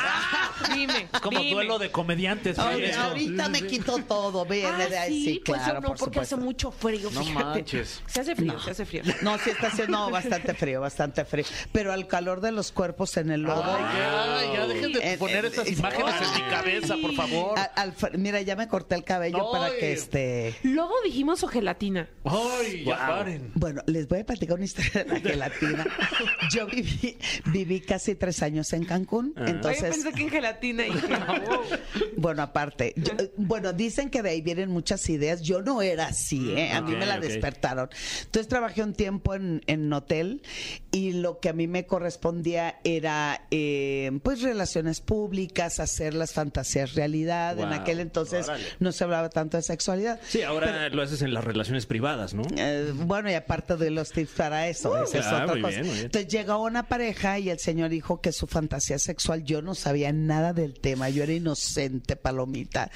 Speaker 2: Dime.
Speaker 4: Ah, Como
Speaker 2: dime.
Speaker 4: duelo de comediantes, Fran,
Speaker 7: Ahorita-
Speaker 4: esto.
Speaker 7: ahorita me quito todo.
Speaker 2: Ah,
Speaker 7: Viene de
Speaker 2: sí,
Speaker 7: ahí. Sí,
Speaker 2: pues
Speaker 7: claro,
Speaker 2: yo no,
Speaker 7: por
Speaker 2: porque hace
Speaker 7: supuesto.
Speaker 2: mucho frío,
Speaker 4: No
Speaker 2: fíjate.
Speaker 4: manches.
Speaker 2: Se hace frío, se hace frío.
Speaker 7: No, sí está haciendo bastante frío, bastante frío. Pero al calor de los cuerpos en el lodo.
Speaker 4: Ay, ya, ya dejen de
Speaker 7: En-
Speaker 4: poner
Speaker 7: en-
Speaker 4: esas imágenes en mi cabeza, por favor.
Speaker 7: A- al fr- mira, ya me corté el cabello para
Speaker 4: Ay.
Speaker 7: que este.
Speaker 2: ¿Lodo dijimos o gelatina?
Speaker 4: Ay, ya paren.
Speaker 7: Bueno, les voy a platicar una historia de la gelatina. Yo viví, viví casi tres años en Cancún,
Speaker 3: Ah.
Speaker 2: Ay, Yo
Speaker 7: entonces,
Speaker 2: pensé que en gelatina. Y dije, wow.
Speaker 7: bueno, aparte, yo-
Speaker 3: Ah.
Speaker 7: bueno, dicen que de ahí vienen muchas ideas. Yo no era así, ¿eh? a mí
Speaker 3: Mm, ok,
Speaker 7: me la
Speaker 3: ok.
Speaker 7: despertaron. Entonces trabajé un tiempo en, en hotel y lo que a mí me correspondía era, eh, pues, relaciones públicas, hacer las fantasías realidad. en
Speaker 3: Wow,
Speaker 7: aquel entonces
Speaker 3: órale.
Speaker 7: no se hablaba tanto de sexualidad.
Speaker 3: Sí, ahora lo haces en las relaciones privadas, ¿no?
Speaker 7: Eh, bueno, y aparte de los tips para eso,
Speaker 3: Ah,
Speaker 7: esa es
Speaker 3: claro,
Speaker 7: otra
Speaker 3: muy
Speaker 7: cosa.
Speaker 3: bien, muy bien.
Speaker 7: Entonces llegó una pareja y el señor dijo que su fantasía sexual, yo no sabía nada del tema, yo era inocente, palomita.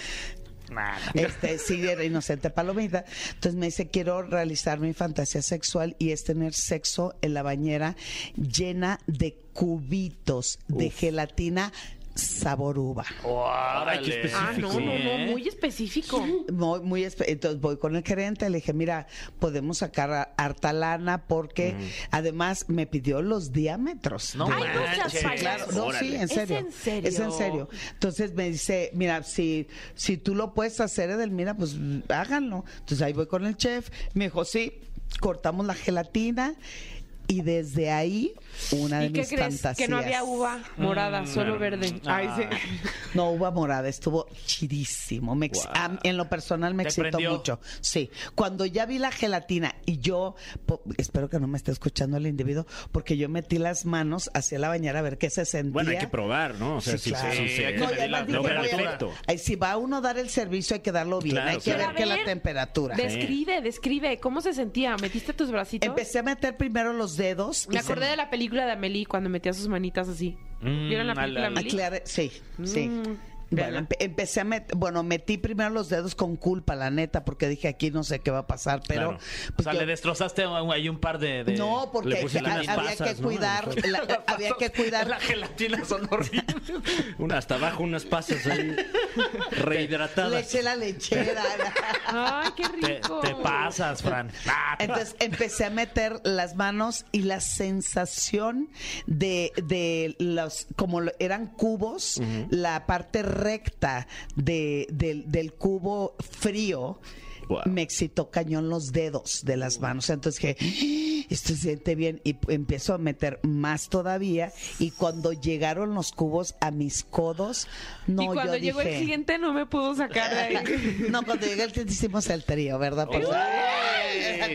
Speaker 7: Este, sí, era inocente palomita. Entonces me dice, quiero realizar mi fantasía sexual y es tener sexo en la bañera llena de cubitos de gelatina sabor uva.
Speaker 4: Órale.
Speaker 3: Ay, qué
Speaker 2: Ah, no,
Speaker 3: específico.
Speaker 2: no, no,
Speaker 4: ¿eh?
Speaker 2: muy específico.
Speaker 7: Muy, muy espe- entonces voy con el gerente, le dije, mira, podemos sacar a- harta lana porque además me pidió los diámetros.
Speaker 4: No
Speaker 7: de-
Speaker 2: Ay, no seas
Speaker 4: manches.
Speaker 7: Claro, no, sí, en
Speaker 2: ¿Es
Speaker 7: serio.
Speaker 2: en serio?
Speaker 7: Es en serio. Entonces me dice, mira, si, si tú lo puedes hacer, Edelmira, pues mm, háganlo. Entonces ahí voy con el chef, me dijo, sí, cortamos la gelatina y desde ahí una de
Speaker 2: ¿Y qué
Speaker 7: mis
Speaker 2: crees?
Speaker 7: fantasías.
Speaker 2: Que no había uva morada,
Speaker 4: Mm.
Speaker 2: solo verde.
Speaker 4: Ah.
Speaker 2: Ay, sí.
Speaker 7: No, uva morada, estuvo chidísimo. Me ex- a- en lo personal me
Speaker 4: ¿Te
Speaker 7: excitó
Speaker 4: prendió?
Speaker 7: mucho. Sí, cuando ya vi la gelatina y yo, po- espero que no me esté escuchando el individuo, porque yo metí las manos hacia la bañera a ver qué se sentía.
Speaker 3: Bueno, hay que probar, ¿no? O sea,
Speaker 7: Sí,
Speaker 3: sí,
Speaker 7: claro.
Speaker 3: sí, sí,
Speaker 4: Sí, hay que
Speaker 7: No, y
Speaker 3: sí.
Speaker 4: medir la-
Speaker 7: además dije,
Speaker 3: la
Speaker 7: voy a-
Speaker 3: temperatura.
Speaker 7: ay, si va uno a dar el servicio, hay que darlo bien.
Speaker 3: Claro,
Speaker 7: hay que
Speaker 3: claro.
Speaker 7: ver que
Speaker 2: Pero a
Speaker 7: la
Speaker 2: ver,
Speaker 7: temperatura.
Speaker 2: Describe, describe, ¿cómo se sentía? ¿Metiste tus bracitos?
Speaker 7: Empecé a meter primero los dedos. y
Speaker 2: Me acordé de la película de Amelie cuando metía sus manitas así. ¿Vieron la
Speaker 4: a la-
Speaker 2: película de
Speaker 7: Ah,
Speaker 2: Amelie?
Speaker 7: claro, sí, sí.
Speaker 2: Mm,
Speaker 7: Bueno,
Speaker 2: véanla.
Speaker 7: empe- empecé a met- bueno, metí primero los dedos con culpa, la neta, porque dije aquí no sé qué va a pasar, pero
Speaker 3: Claro.
Speaker 4: O
Speaker 7: pues,
Speaker 4: sea,
Speaker 7: yo-
Speaker 4: le destrozaste un- ahí un par de. de-
Speaker 7: no,
Speaker 3: le
Speaker 7: porque
Speaker 3: pusiste
Speaker 7: ha-
Speaker 3: unas
Speaker 7: había
Speaker 3: pasas,
Speaker 7: que
Speaker 3: ¿no?
Speaker 7: cuidar, la- eh, había que cuidar.
Speaker 4: Las gelatinas son horribles.
Speaker 3: Una hasta abajo, unas pasas ahí
Speaker 7: Le
Speaker 3: rehidratadas.
Speaker 7: eché la lechera. Ah,
Speaker 2: Ay, qué
Speaker 4: Te,
Speaker 2: rico.
Speaker 4: te pasas, Fran. Ah, te
Speaker 7: Entonces empecé a meter las manos y la sensación de, de los, como lo- eran cubos, la parte recta de, del- del cubo frío.
Speaker 3: Wow.
Speaker 7: Me excitó cañón los dedos de las manos. Entonces dije, "Ah, esto se siente bien y p- empiezo a meter más todavía y cuando llegaron los cubos a mis codos, no
Speaker 2: y cuando
Speaker 7: yo
Speaker 2: llegó
Speaker 7: dije,
Speaker 2: el cliente no me pudo sacar de ahí.
Speaker 7: No, cuando llegó el cliente hicimos el trío, ¿verdad? Por favor.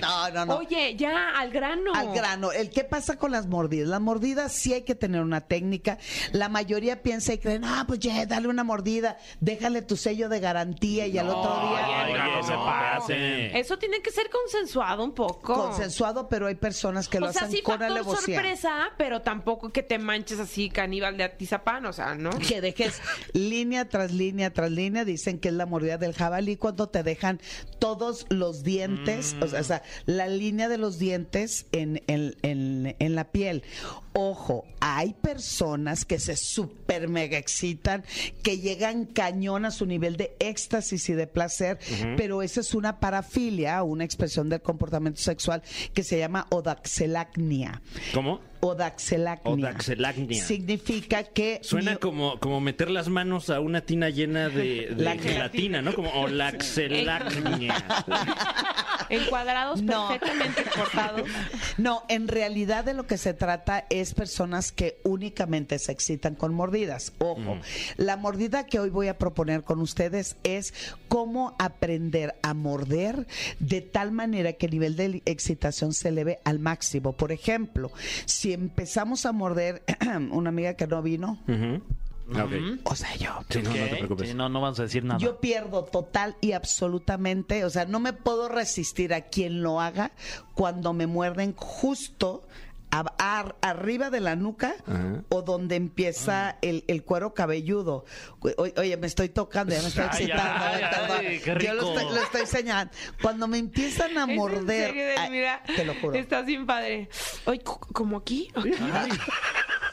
Speaker 7: No, no, no.
Speaker 2: Oye, ya, al grano.
Speaker 7: Al grano, el qué pasa con las mordidas. Las mordidas sí hay que tener una técnica. La mayoría piensa y creen, ah, pues ya, dale una mordida, déjale tu sello de garantía y al otro día.
Speaker 3: Ay, no se pase.
Speaker 2: Eso tiene que ser consensuado un poco.
Speaker 7: Consensuado, pero hay personas que lo
Speaker 2: o sea,
Speaker 7: hacen
Speaker 2: sí,
Speaker 7: con
Speaker 2: factor
Speaker 7: alevosía.
Speaker 2: sorpresa, pero tampoco que te manches así, caníbal de Atizapán, o sea, ¿no?
Speaker 7: Que dejes línea tras línea tras línea, dicen que es la mordida del jabalí cuando te dejan todos los dientes, o, sea, o sea, la línea de los dientes en, en- en- en la piel. Ojo, hay personas que se super mega excitan, que llegan cañón a su nivel de éxtasis y de placer, pero esa es una parafilia, una expresión del comportamiento sexual que se llama odaxelacnia.
Speaker 3: ¿Cómo?
Speaker 7: Odaxelacnia.
Speaker 3: Odaxelacnia.
Speaker 7: Significa que.
Speaker 3: Suena
Speaker 7: mi-
Speaker 3: como, como meter las manos a una tina llena de, de
Speaker 7: La-
Speaker 3: gelatina, ¿no? Como o laxelacnia.
Speaker 2: En cuadrados
Speaker 7: No.
Speaker 2: perfectamente cortados.
Speaker 7: No, en realidad de lo que se trata es personas que únicamente se excitan con mordidas. Ojo, la mordida que hoy voy a proponer con ustedes es cómo aprender a morder de tal manera que el nivel de excitación se eleve al máximo. Por ejemplo, si empezamos a morder, una amiga que no vino,
Speaker 3: Ah, ok.
Speaker 7: o sea, yo,
Speaker 3: Sí, no, no te preocupes.
Speaker 4: Sí, no, no vamos a decir nada.
Speaker 7: Yo pierdo total y absolutamente, o sea, no me puedo resistir a quien lo haga cuando me muerden justo a- a- arriba de la nuca
Speaker 3: Ajá.
Speaker 7: o donde empieza
Speaker 4: Ah.
Speaker 7: el, el cuero cabelludo. O- oye, me estoy tocando, ya me estoy
Speaker 4: Ay,
Speaker 7: excitando.
Speaker 4: ay,
Speaker 7: ¿eh? Perdón.
Speaker 4: ay, qué
Speaker 7: Yo lo
Speaker 4: rico.
Speaker 7: estoy, lo estoy señalando. Cuando me empiezan a
Speaker 2: Es en
Speaker 7: morder,
Speaker 2: serio, Del,
Speaker 7: ay,
Speaker 2: mira,
Speaker 7: te lo juro.
Speaker 2: Está sin padre. Oye, co- como aquí.
Speaker 4: Ay.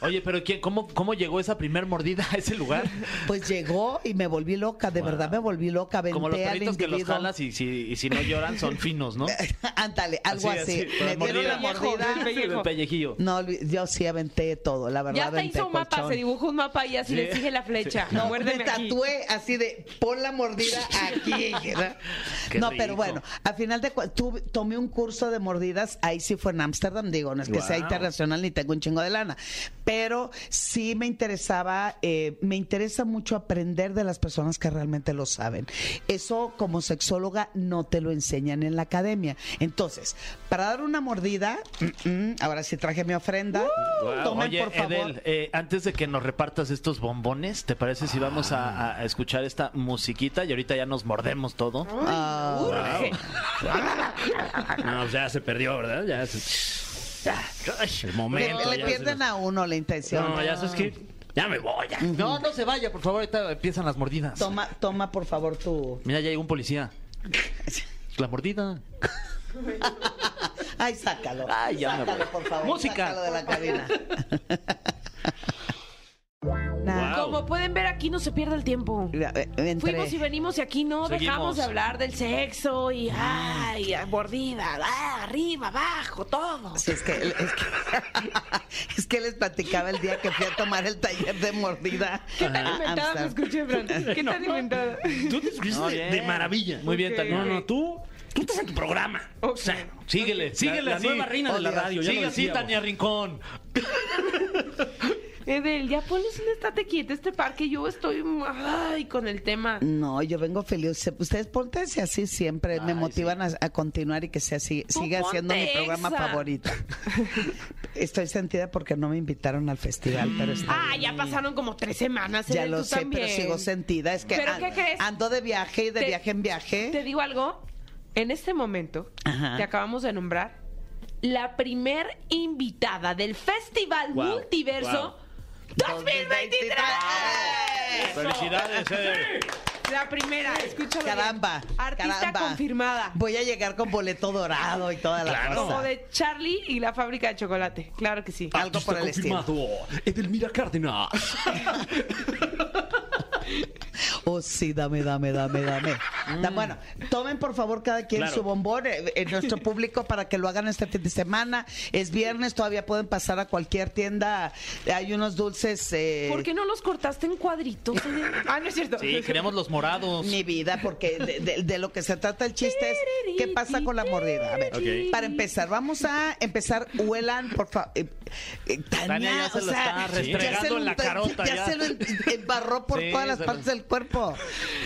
Speaker 4: Oye, pero ¿quién, cómo, ¿cómo llegó esa primer mordida a ese lugar?
Speaker 7: Pues llegó y me volví loca, de verdad me volví loca.
Speaker 4: Como los
Speaker 7: aventé al
Speaker 4: perritos que los
Speaker 7: individuo.
Speaker 4: jalas y si, y si no lloran son finos, ¿no?
Speaker 7: Ándale, algo
Speaker 4: Así,
Speaker 7: así.
Speaker 4: así, con
Speaker 7: Me
Speaker 4: la
Speaker 7: dieron la
Speaker 2: mordida.
Speaker 7: mordida.
Speaker 4: El pellejillo.
Speaker 7: No, Luis, yo sí aventé todo, la verdad.
Speaker 2: Ya hasta
Speaker 7: aventé
Speaker 2: hizo un mapa,
Speaker 7: colchón.
Speaker 2: se dibujó un mapa y así
Speaker 4: Sí.
Speaker 2: le sigue la flecha.
Speaker 7: No, me
Speaker 2: Muérdeme aquí.
Speaker 7: tatué así de pon la mordida aquí. ¿verdad?
Speaker 4: Qué
Speaker 7: no, pero
Speaker 4: rico.
Speaker 7: bueno, al final de cuentas, tuve- tomé un curso de mordidas, ahí sí fue en Ámsterdam, digo, no es que sea
Speaker 4: Guau.
Speaker 7: internacional ni tengo un chingo de lana, pero sí me interesaba, eh, me interesa mucho aprender de las personas que realmente lo saben. Eso como sexóloga no te lo enseñan en la academia. Entonces, para dar una mordida, mm, mm, ahora sí traje mi ofrenda,
Speaker 4: Wow.
Speaker 7: tomen
Speaker 4: Oye,
Speaker 7: por favor.
Speaker 4: Edel, eh, antes de que nos repartas estos bombones, ¿te parece si vamos a, a- a escuchar esta musiquita y ahorita ya nos mordemos todo?
Speaker 7: Ah,
Speaker 2: Urge.
Speaker 3: No, o sea, se perdió, ¿verdad? Ya se... Ah, ay, el
Speaker 7: que
Speaker 3: momento.
Speaker 7: le
Speaker 3: ya
Speaker 7: pierden
Speaker 3: se-
Speaker 7: a uno la intención.
Speaker 3: No, ya sabes que... Ya me voy, ya.
Speaker 4: No, no se vaya, por favor, ahorita empiezan las mordidas.
Speaker 7: Toma, toma por favor tu.
Speaker 4: Mira, ya llegó un policía. La mordida.
Speaker 7: Ay, sácalo.
Speaker 4: Ay, ya me
Speaker 7: sácalo,
Speaker 4: voy.
Speaker 7: por favor.
Speaker 4: Música.
Speaker 7: Sácalo de la cabina. Nah,
Speaker 3: Wow.
Speaker 2: Como pueden ver, aquí no se pierde el tiempo.
Speaker 7: mira, eh, entré.
Speaker 2: Fuimos y venimos y aquí no
Speaker 4: Seguimos.
Speaker 2: dejamos de hablar del sexo y ay, mordida, ah, arriba, abajo, todo.
Speaker 7: Sí, es que, es que, es que les platicaba el día que fui a tomar el taller de mordida.
Speaker 2: ¿Qué tan
Speaker 7: a
Speaker 2: inventada me
Speaker 7: Amsterdam.
Speaker 2: escuché, Fran? ¿Qué tan inventada?
Speaker 3: Tú te escribiste
Speaker 4: No,
Speaker 3: de-
Speaker 4: bien.
Speaker 3: de maravilla.
Speaker 4: Muy bien,
Speaker 2: Ok,
Speaker 4: Tania.
Speaker 3: No, no, tú... Tú estás en tu programa. O sea,
Speaker 4: Síguele, síguele
Speaker 3: la
Speaker 4: así.
Speaker 3: nueva reina de la
Speaker 7: Odio.
Speaker 3: radio. ya lo
Speaker 4: Sigue así,
Speaker 3: decíamos.
Speaker 4: Tania Rincón.
Speaker 2: Edel, ya pones un estate quieto este parque. Yo estoy ay, con el tema.
Speaker 7: No, yo vengo feliz. Ustedes póntense así siempre. me
Speaker 4: Ay,
Speaker 7: motivan a, a continuar y que sea así.
Speaker 2: Tú
Speaker 7: Siga siendo mi
Speaker 2: ponte
Speaker 7: programa
Speaker 2: esa.
Speaker 7: favorito. Estoy sentida porque no me invitaron al festival, pero está bien.
Speaker 2: Ah, ya pasaron como tres semanas.
Speaker 7: Ya
Speaker 2: Edel,
Speaker 7: lo
Speaker 2: tú
Speaker 7: sé,
Speaker 2: también.
Speaker 7: pero sigo sentida. Es que
Speaker 2: ¿Pero
Speaker 7: an-
Speaker 2: qué crees?
Speaker 7: ando de viaje y de
Speaker 2: Te-
Speaker 7: viaje en
Speaker 2: Te
Speaker 7: viaje.
Speaker 2: digo algo. En este momento,
Speaker 7: Ajá.
Speaker 2: te acabamos de nombrar la primer invitada del Festival
Speaker 3: Wow,
Speaker 2: Multiverso 2023.
Speaker 4: Felicidades, Edel.
Speaker 2: La primera, escúchame. bien.
Speaker 7: Caramba,
Speaker 2: Artista
Speaker 7: caramba.
Speaker 2: confirmada.
Speaker 7: Voy a llegar con boleto dorado y toda la
Speaker 2: Como
Speaker 7: cosa.
Speaker 2: de Charlie y la fábrica de chocolate. Claro que sí.
Speaker 7: Algo por el estilo.
Speaker 3: Confirmado. Edelmira Cárdenas.
Speaker 7: Oh, sí, dame, dame, dame, dame.
Speaker 4: Mm.
Speaker 7: Da- bueno, tomen por favor cada quien
Speaker 3: Claro.
Speaker 7: su bombón, eh, eh, nuestro público, para que lo hagan este fin de semana. Es viernes, todavía pueden pasar a cualquier tienda. Hay unos dulces. eh,
Speaker 2: ¿Por qué no los cortaste en cuadritos? Eden? ah, no es cierto.
Speaker 4: Sí, queremos los morados.
Speaker 7: mi vida, porque de, de- de lo que se trata el chiste es qué pasa con la mordida. A ver,
Speaker 3: Ok.
Speaker 7: para empezar, vamos a empezar. Huelan, por favor. Tania,
Speaker 4: Tania ya se
Speaker 7: o
Speaker 4: lo
Speaker 7: sea,
Speaker 4: está
Speaker 7: ya se
Speaker 4: restregando
Speaker 7: lo
Speaker 4: en la
Speaker 7: ent-
Speaker 4: carota,
Speaker 7: Ya,
Speaker 4: ya.
Speaker 7: se lo en- embarró por
Speaker 4: Sí,
Speaker 7: todas las
Speaker 4: se lo-
Speaker 7: partes del cuerpo.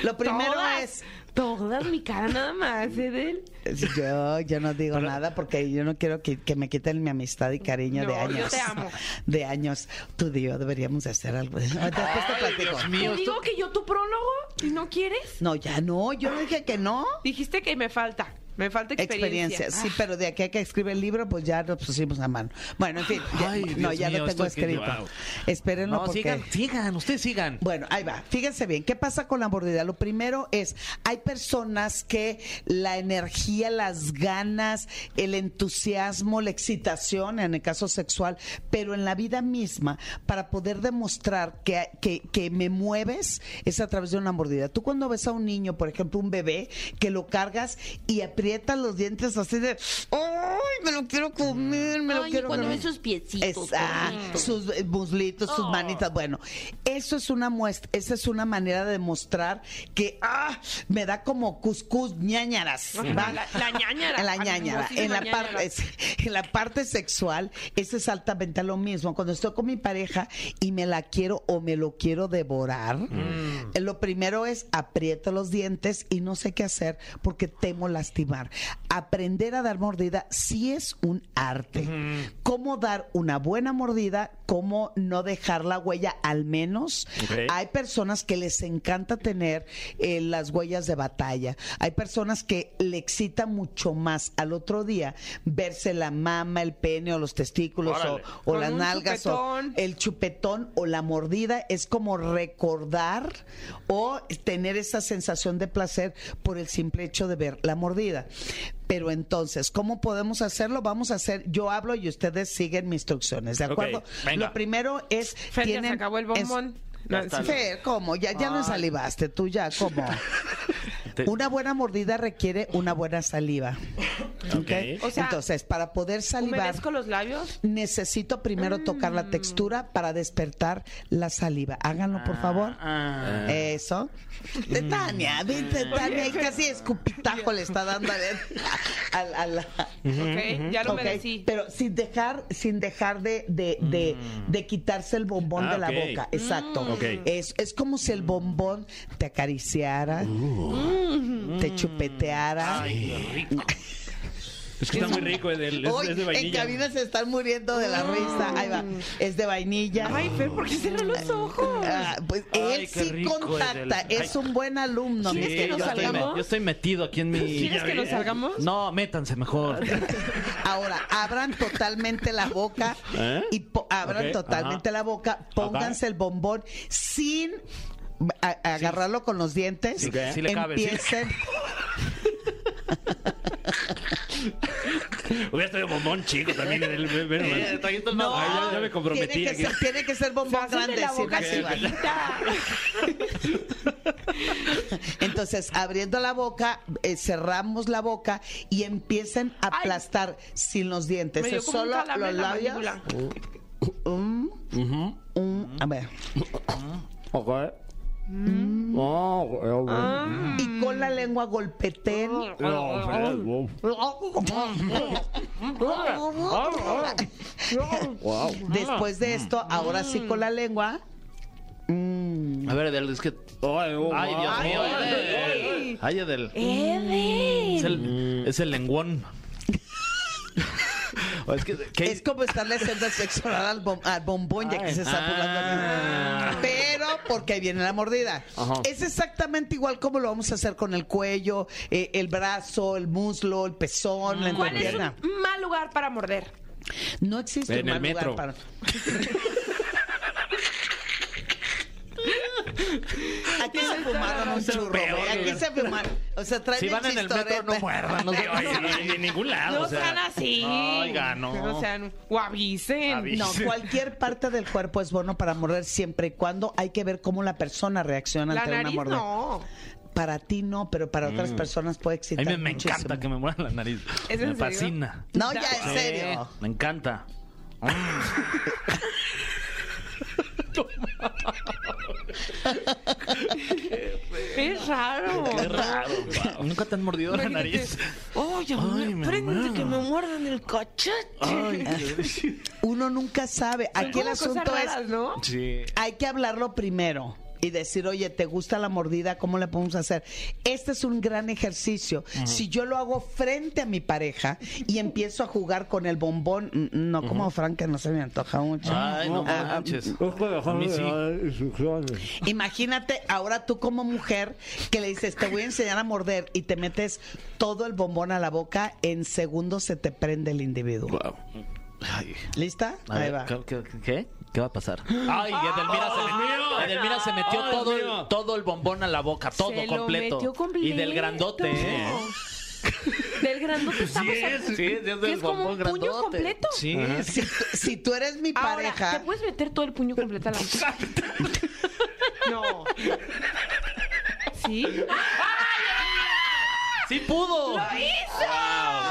Speaker 7: Lo primero
Speaker 2: Todas,
Speaker 7: es.
Speaker 2: Todas mi cara nada más, Edel.
Speaker 7: Yo, yo no digo nada porque yo no quiero que, que me quiten mi amistad y cariño de
Speaker 2: No,
Speaker 7: años.
Speaker 2: yo te amo.
Speaker 7: De años. Tú y yo deberíamos de hacer algo. Después te platico.
Speaker 2: ¿Te digo que yo tu prólogo y no quieres?
Speaker 7: No, ya no. Yo no dije que no.
Speaker 2: Dijiste que me falta. Me falta experiencia. Ah.
Speaker 7: Experiencia, sí, pero de aquí a que escribe el libro, pues ya lo pusimos a mano. Bueno, en fin, ya-
Speaker 4: Ay,
Speaker 7: no,
Speaker 4: Dios
Speaker 7: ya
Speaker 4: mío,
Speaker 7: lo tengo
Speaker 4: esto que-
Speaker 7: escrito.
Speaker 4: wow.
Speaker 7: Espérenlo
Speaker 4: No,
Speaker 7: porque...
Speaker 4: sigan, sigan, ustedes sigan.
Speaker 7: Bueno, ahí va. Fíjense bien, ¿qué pasa con la mordida? Lo primero es, hay personas que la energía, las ganas, el entusiasmo, la excitación, en el caso sexual, pero en la vida misma, para poder demostrar que, que, que me mueves, es a través de una mordida. Tú cuando ves a un niño, por ejemplo, un bebé, que lo cargas y aprietas los dientes así de, ¡ay, me lo quiero comer, me lo
Speaker 8: Ay, y
Speaker 7: quiero
Speaker 8: cuando
Speaker 7: comer!
Speaker 8: ves sus piecitos.
Speaker 7: Exacto. Sus eh, muslitos,
Speaker 2: Oh.
Speaker 7: sus manitas. Bueno, eso es una muestra, esa es una manera de demostrar que ah, me da como cuscús ñañaras.
Speaker 2: Ajá,
Speaker 7: ¿va?
Speaker 2: la- la ñañara.
Speaker 7: En la
Speaker 2: Ah,
Speaker 7: ñañara.
Speaker 2: sí, sí,
Speaker 7: En
Speaker 2: la
Speaker 7: la
Speaker 2: ñañara.
Speaker 7: parte, en la parte sexual es exactamente lo mismo. Cuando estoy con mi pareja y me la quiero o me lo quiero devorar,
Speaker 2: Mm.
Speaker 7: eh, lo primero es aprieto los dientes y no sé qué hacer porque temo lastimar. Aprender a dar mordida sí es un arte.
Speaker 3: Mm.
Speaker 7: Cómo dar una buena mordida, cómo no dejar la huella al menos.
Speaker 3: Ok.
Speaker 7: Hay personas que les encanta tener eh, las huellas de batalla. Hay personas que le excita mucho más al otro día verse la mama, el pene o los testículos
Speaker 3: Órale.
Speaker 7: o, o
Speaker 2: Con
Speaker 7: las
Speaker 2: un
Speaker 7: nalgas
Speaker 2: chupetón.
Speaker 7: o el chupetón o la mordida. Es como recordar o tener esa sensación de placer por el simple hecho de ver la mordida. Pero entonces, ¿cómo podemos hacerlo? Vamos a hacer, yo hablo y ustedes siguen mis instrucciones, ¿de
Speaker 3: Ok,
Speaker 7: acuerdo?
Speaker 4: venga.
Speaker 7: Lo primero es...
Speaker 2: Fer, ya se
Speaker 7: tienen-
Speaker 2: acabó el bombón. No, sí.
Speaker 7: Fer, ¿cómo? Ya, ya no salivaste, tú ya, ¿cómo? Una buena mordida requiere una buena saliva. ¿ok?
Speaker 3: Ok.
Speaker 2: O sea,
Speaker 7: Entonces, para poder salivar,
Speaker 2: ¿Humedezco los labios?
Speaker 7: necesito primero tocar
Speaker 3: Mm.
Speaker 7: la textura para despertar la saliva. Háganlo, por favor.
Speaker 4: Ah.
Speaker 7: Eso. De
Speaker 3: Mm.
Speaker 7: Tania, viste, Tania, ahí casi escupitajo le está dando a, a- a la...
Speaker 2: ok, ya lo
Speaker 7: Ok,
Speaker 2: merecí.
Speaker 7: Pero sin dejar, sin dejar de, de, de, de quitarse el bombón
Speaker 3: Mm. Ah,
Speaker 7: de la
Speaker 3: ok.
Speaker 7: boca. Exacto.
Speaker 3: Mm. Ok.
Speaker 7: Es, es como si el bombón te acariciara,
Speaker 3: Uh.
Speaker 7: Mm.
Speaker 3: Mm.
Speaker 7: te chupeteara.
Speaker 3: Es que está muy rico, Edel. Es,
Speaker 7: Hoy,
Speaker 3: es de
Speaker 7: en
Speaker 3: vainilla. Mm.
Speaker 7: cabina se están muriendo de la risa. Ahí va. Es de vainilla.
Speaker 2: Ay, Fer, ¿por qué cerró los ojos?
Speaker 7: Ah, pues
Speaker 4: Ay,
Speaker 7: él
Speaker 4: qué
Speaker 7: sí
Speaker 4: rico,
Speaker 7: contacta,
Speaker 4: Edel.
Speaker 7: es un buen alumno.
Speaker 2: ¿Quieres
Speaker 7: mi
Speaker 2: que nos
Speaker 7: querido
Speaker 4: yo, estoy,
Speaker 2: salgamos?
Speaker 4: me- yo estoy metido aquí en mi...
Speaker 2: ¿Quieres que nos salgamos?
Speaker 4: No, métanse mejor.
Speaker 7: Ahora, abran totalmente la boca
Speaker 3: ¿Eh?
Speaker 7: y po- abran
Speaker 3: Ok,
Speaker 7: totalmente
Speaker 3: ajá.
Speaker 7: la boca, pónganse el bombón sin a- a- agarrarlo con los dientes.
Speaker 4: Sí, sí le cabe, sí.
Speaker 7: empiecen,
Speaker 3: Hubiera estado bombón chico también, Edel. Ve- ve nomás.
Speaker 7: No,
Speaker 3: Ay, ya, ya me comprometí
Speaker 7: tiene, que
Speaker 3: aquí.
Speaker 7: ser, tiene que ser
Speaker 2: Se
Speaker 7: bombón
Speaker 2: hacen de
Speaker 7: grande.
Speaker 2: la
Speaker 7: sí,
Speaker 2: boca
Speaker 7: sí, va.
Speaker 2: chiquita.
Speaker 7: Entonces, abriendo la boca, eh, cerramos la boca y empiecen a
Speaker 2: Ay.
Speaker 7: aplastar sin los dientes.
Speaker 2: Me dio
Speaker 7: Es
Speaker 2: como un
Speaker 7: solo
Speaker 2: calambre
Speaker 7: los
Speaker 2: en la
Speaker 7: labios.
Speaker 2: mandíbula.
Speaker 7: Um, um, a ver. Y con la lengua golpeten.
Speaker 3: Oh,
Speaker 7: Oh, Después de esto, ahora sí con la lengua.
Speaker 3: oh.
Speaker 4: A ver, Edel, es que... Ay, Dios mío, Edel. Ay, Edel. Es el, es el lenguón. O es que... ¿qué?
Speaker 7: Es como estarle haciendo sexual al, bom- al bombón, ya que se está burlando de mí.
Speaker 4: Ah.
Speaker 7: Pero porque ahí viene la mordida.
Speaker 4: Ajá.
Speaker 7: Es exactamente igual como lo vamos a hacer con el cuello, eh, el brazo, el muslo, el pezón, la
Speaker 2: ¿Cuál es
Speaker 7: entrepierna.
Speaker 2: un mal lugar para morder?
Speaker 7: No existe
Speaker 3: En
Speaker 7: un
Speaker 3: el
Speaker 7: mal lugar
Speaker 3: metro.
Speaker 7: para. Aquí se fumaron un churro, güey. Aquí se fumaron. O sea, traen
Speaker 4: Si van en el metro, no
Speaker 7: chistorete.
Speaker 4: muerdan. No,
Speaker 3: Oye, en- en ningún lado.
Speaker 2: No
Speaker 3: Ah, o sea.
Speaker 2: sean así.
Speaker 3: Oiga, no.
Speaker 2: No sean. O avisen.
Speaker 3: Avisen.
Speaker 7: No, cualquier parte del cuerpo es bueno para morder siempre y cuando hay que ver cómo la persona reacciona
Speaker 2: La
Speaker 7: ante
Speaker 2: nariz
Speaker 7: una mordida.
Speaker 2: no.
Speaker 7: Para ti no, pero para otras personas puede
Speaker 3: A
Speaker 7: excitar
Speaker 3: mí me, me
Speaker 7: muchísimo.
Speaker 3: encanta que me mueran la nariz.
Speaker 2: ¿Es en serio?
Speaker 3: me fascina.
Speaker 7: No, ya, en
Speaker 2: Sí.
Speaker 7: serio.
Speaker 3: Me encanta.
Speaker 2: Es raro.
Speaker 3: raro. Nunca te han mordido la nariz.
Speaker 2: Oye,
Speaker 3: Ay, mi
Speaker 2: prende
Speaker 3: hermano.
Speaker 2: que me muerdan el cachete.
Speaker 7: Uno nunca sabe. Aquí el
Speaker 2: Como cosas
Speaker 7: asunto es,
Speaker 2: raras, ¿no?
Speaker 3: Sí.
Speaker 7: hay que hablarlo primero y decir, oye, ¿te gusta la mordida? ¿Cómo la podemos hacer? Este es un gran ejercicio. Si yo lo hago frente a mi pareja y empiezo a jugar con el bombón, mm, mm, no como Frank, que no se me antoja mucho.
Speaker 4: Ay, no
Speaker 7: Ah,
Speaker 4: manches.
Speaker 3: A mí sí.
Speaker 7: Imagínate ahora tú como mujer que le dices, te voy a enseñar a morder y te metes todo el bombón a la boca, en segundos se te prende el individuo.
Speaker 4: Ay.
Speaker 7: ¿Lista?
Speaker 4: A
Speaker 7: Ahí
Speaker 4: ver,
Speaker 7: va.
Speaker 4: ¿qué- qué, qué? ¿Qué va a pasar? Ay, Edelmira, se, metió, Edelmira se metió
Speaker 3: Ay,
Speaker 4: todo,
Speaker 3: mío.
Speaker 4: el, todo el bombón a la boca, todo
Speaker 2: Se lo
Speaker 4: completo.
Speaker 2: metió completo.
Speaker 4: Y del grandote, ¿eh?
Speaker 2: Del grandote estamos hablando.
Speaker 4: Sí, es
Speaker 2: Que es como un puño completo.
Speaker 4: Sí.
Speaker 7: Si, tú- si tú eres mi
Speaker 2: Ahora,
Speaker 7: pareja...
Speaker 2: ¿te puedes meter todo el puño completo a la boca? no. ¿Sí?
Speaker 4: ¡Sí pudo!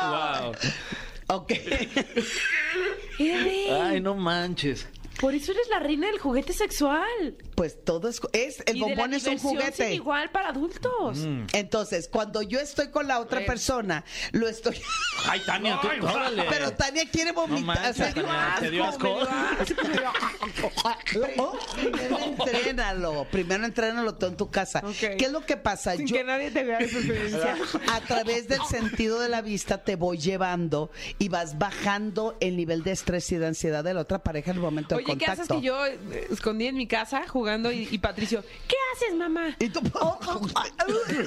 Speaker 3: Wow.
Speaker 7: Ok.
Speaker 2: Eres.
Speaker 4: Ay, no manches.
Speaker 2: ¡Eh, Por eso eres la reina del juguete sexual.
Speaker 7: Pues todo es, es- el
Speaker 2: Y de la
Speaker 7: bombón es un
Speaker 2: diversión sin
Speaker 7: juguete.
Speaker 2: igual para adultos.
Speaker 4: Mm.
Speaker 7: Entonces, cuando yo estoy con la otra persona, lo estoy.
Speaker 4: Ay, Tania, tú, órale.
Speaker 7: Pero Tania quiere
Speaker 4: no
Speaker 7: vomitar. o sea,
Speaker 4: manches, Tania, te dio asco.
Speaker 7: oh, primero entrénalo. Primero entrénalo tú en tu casa.
Speaker 2: Ok.
Speaker 7: ¿Qué es lo que pasa?
Speaker 2: Sin
Speaker 7: Yo-
Speaker 2: que nadie te vea de preferencia.
Speaker 7: a través del sentido de la vista te voy llevando y vas bajando el nivel de estrés y de ansiedad de la otra pareja en el momento
Speaker 2: Oye,
Speaker 7: de
Speaker 2: ¿qué haces
Speaker 7: contacto.
Speaker 2: que yo eh, escondí en mi casa jugando y, y Patricio, ¿qué haces, mamá?
Speaker 7: Y tú-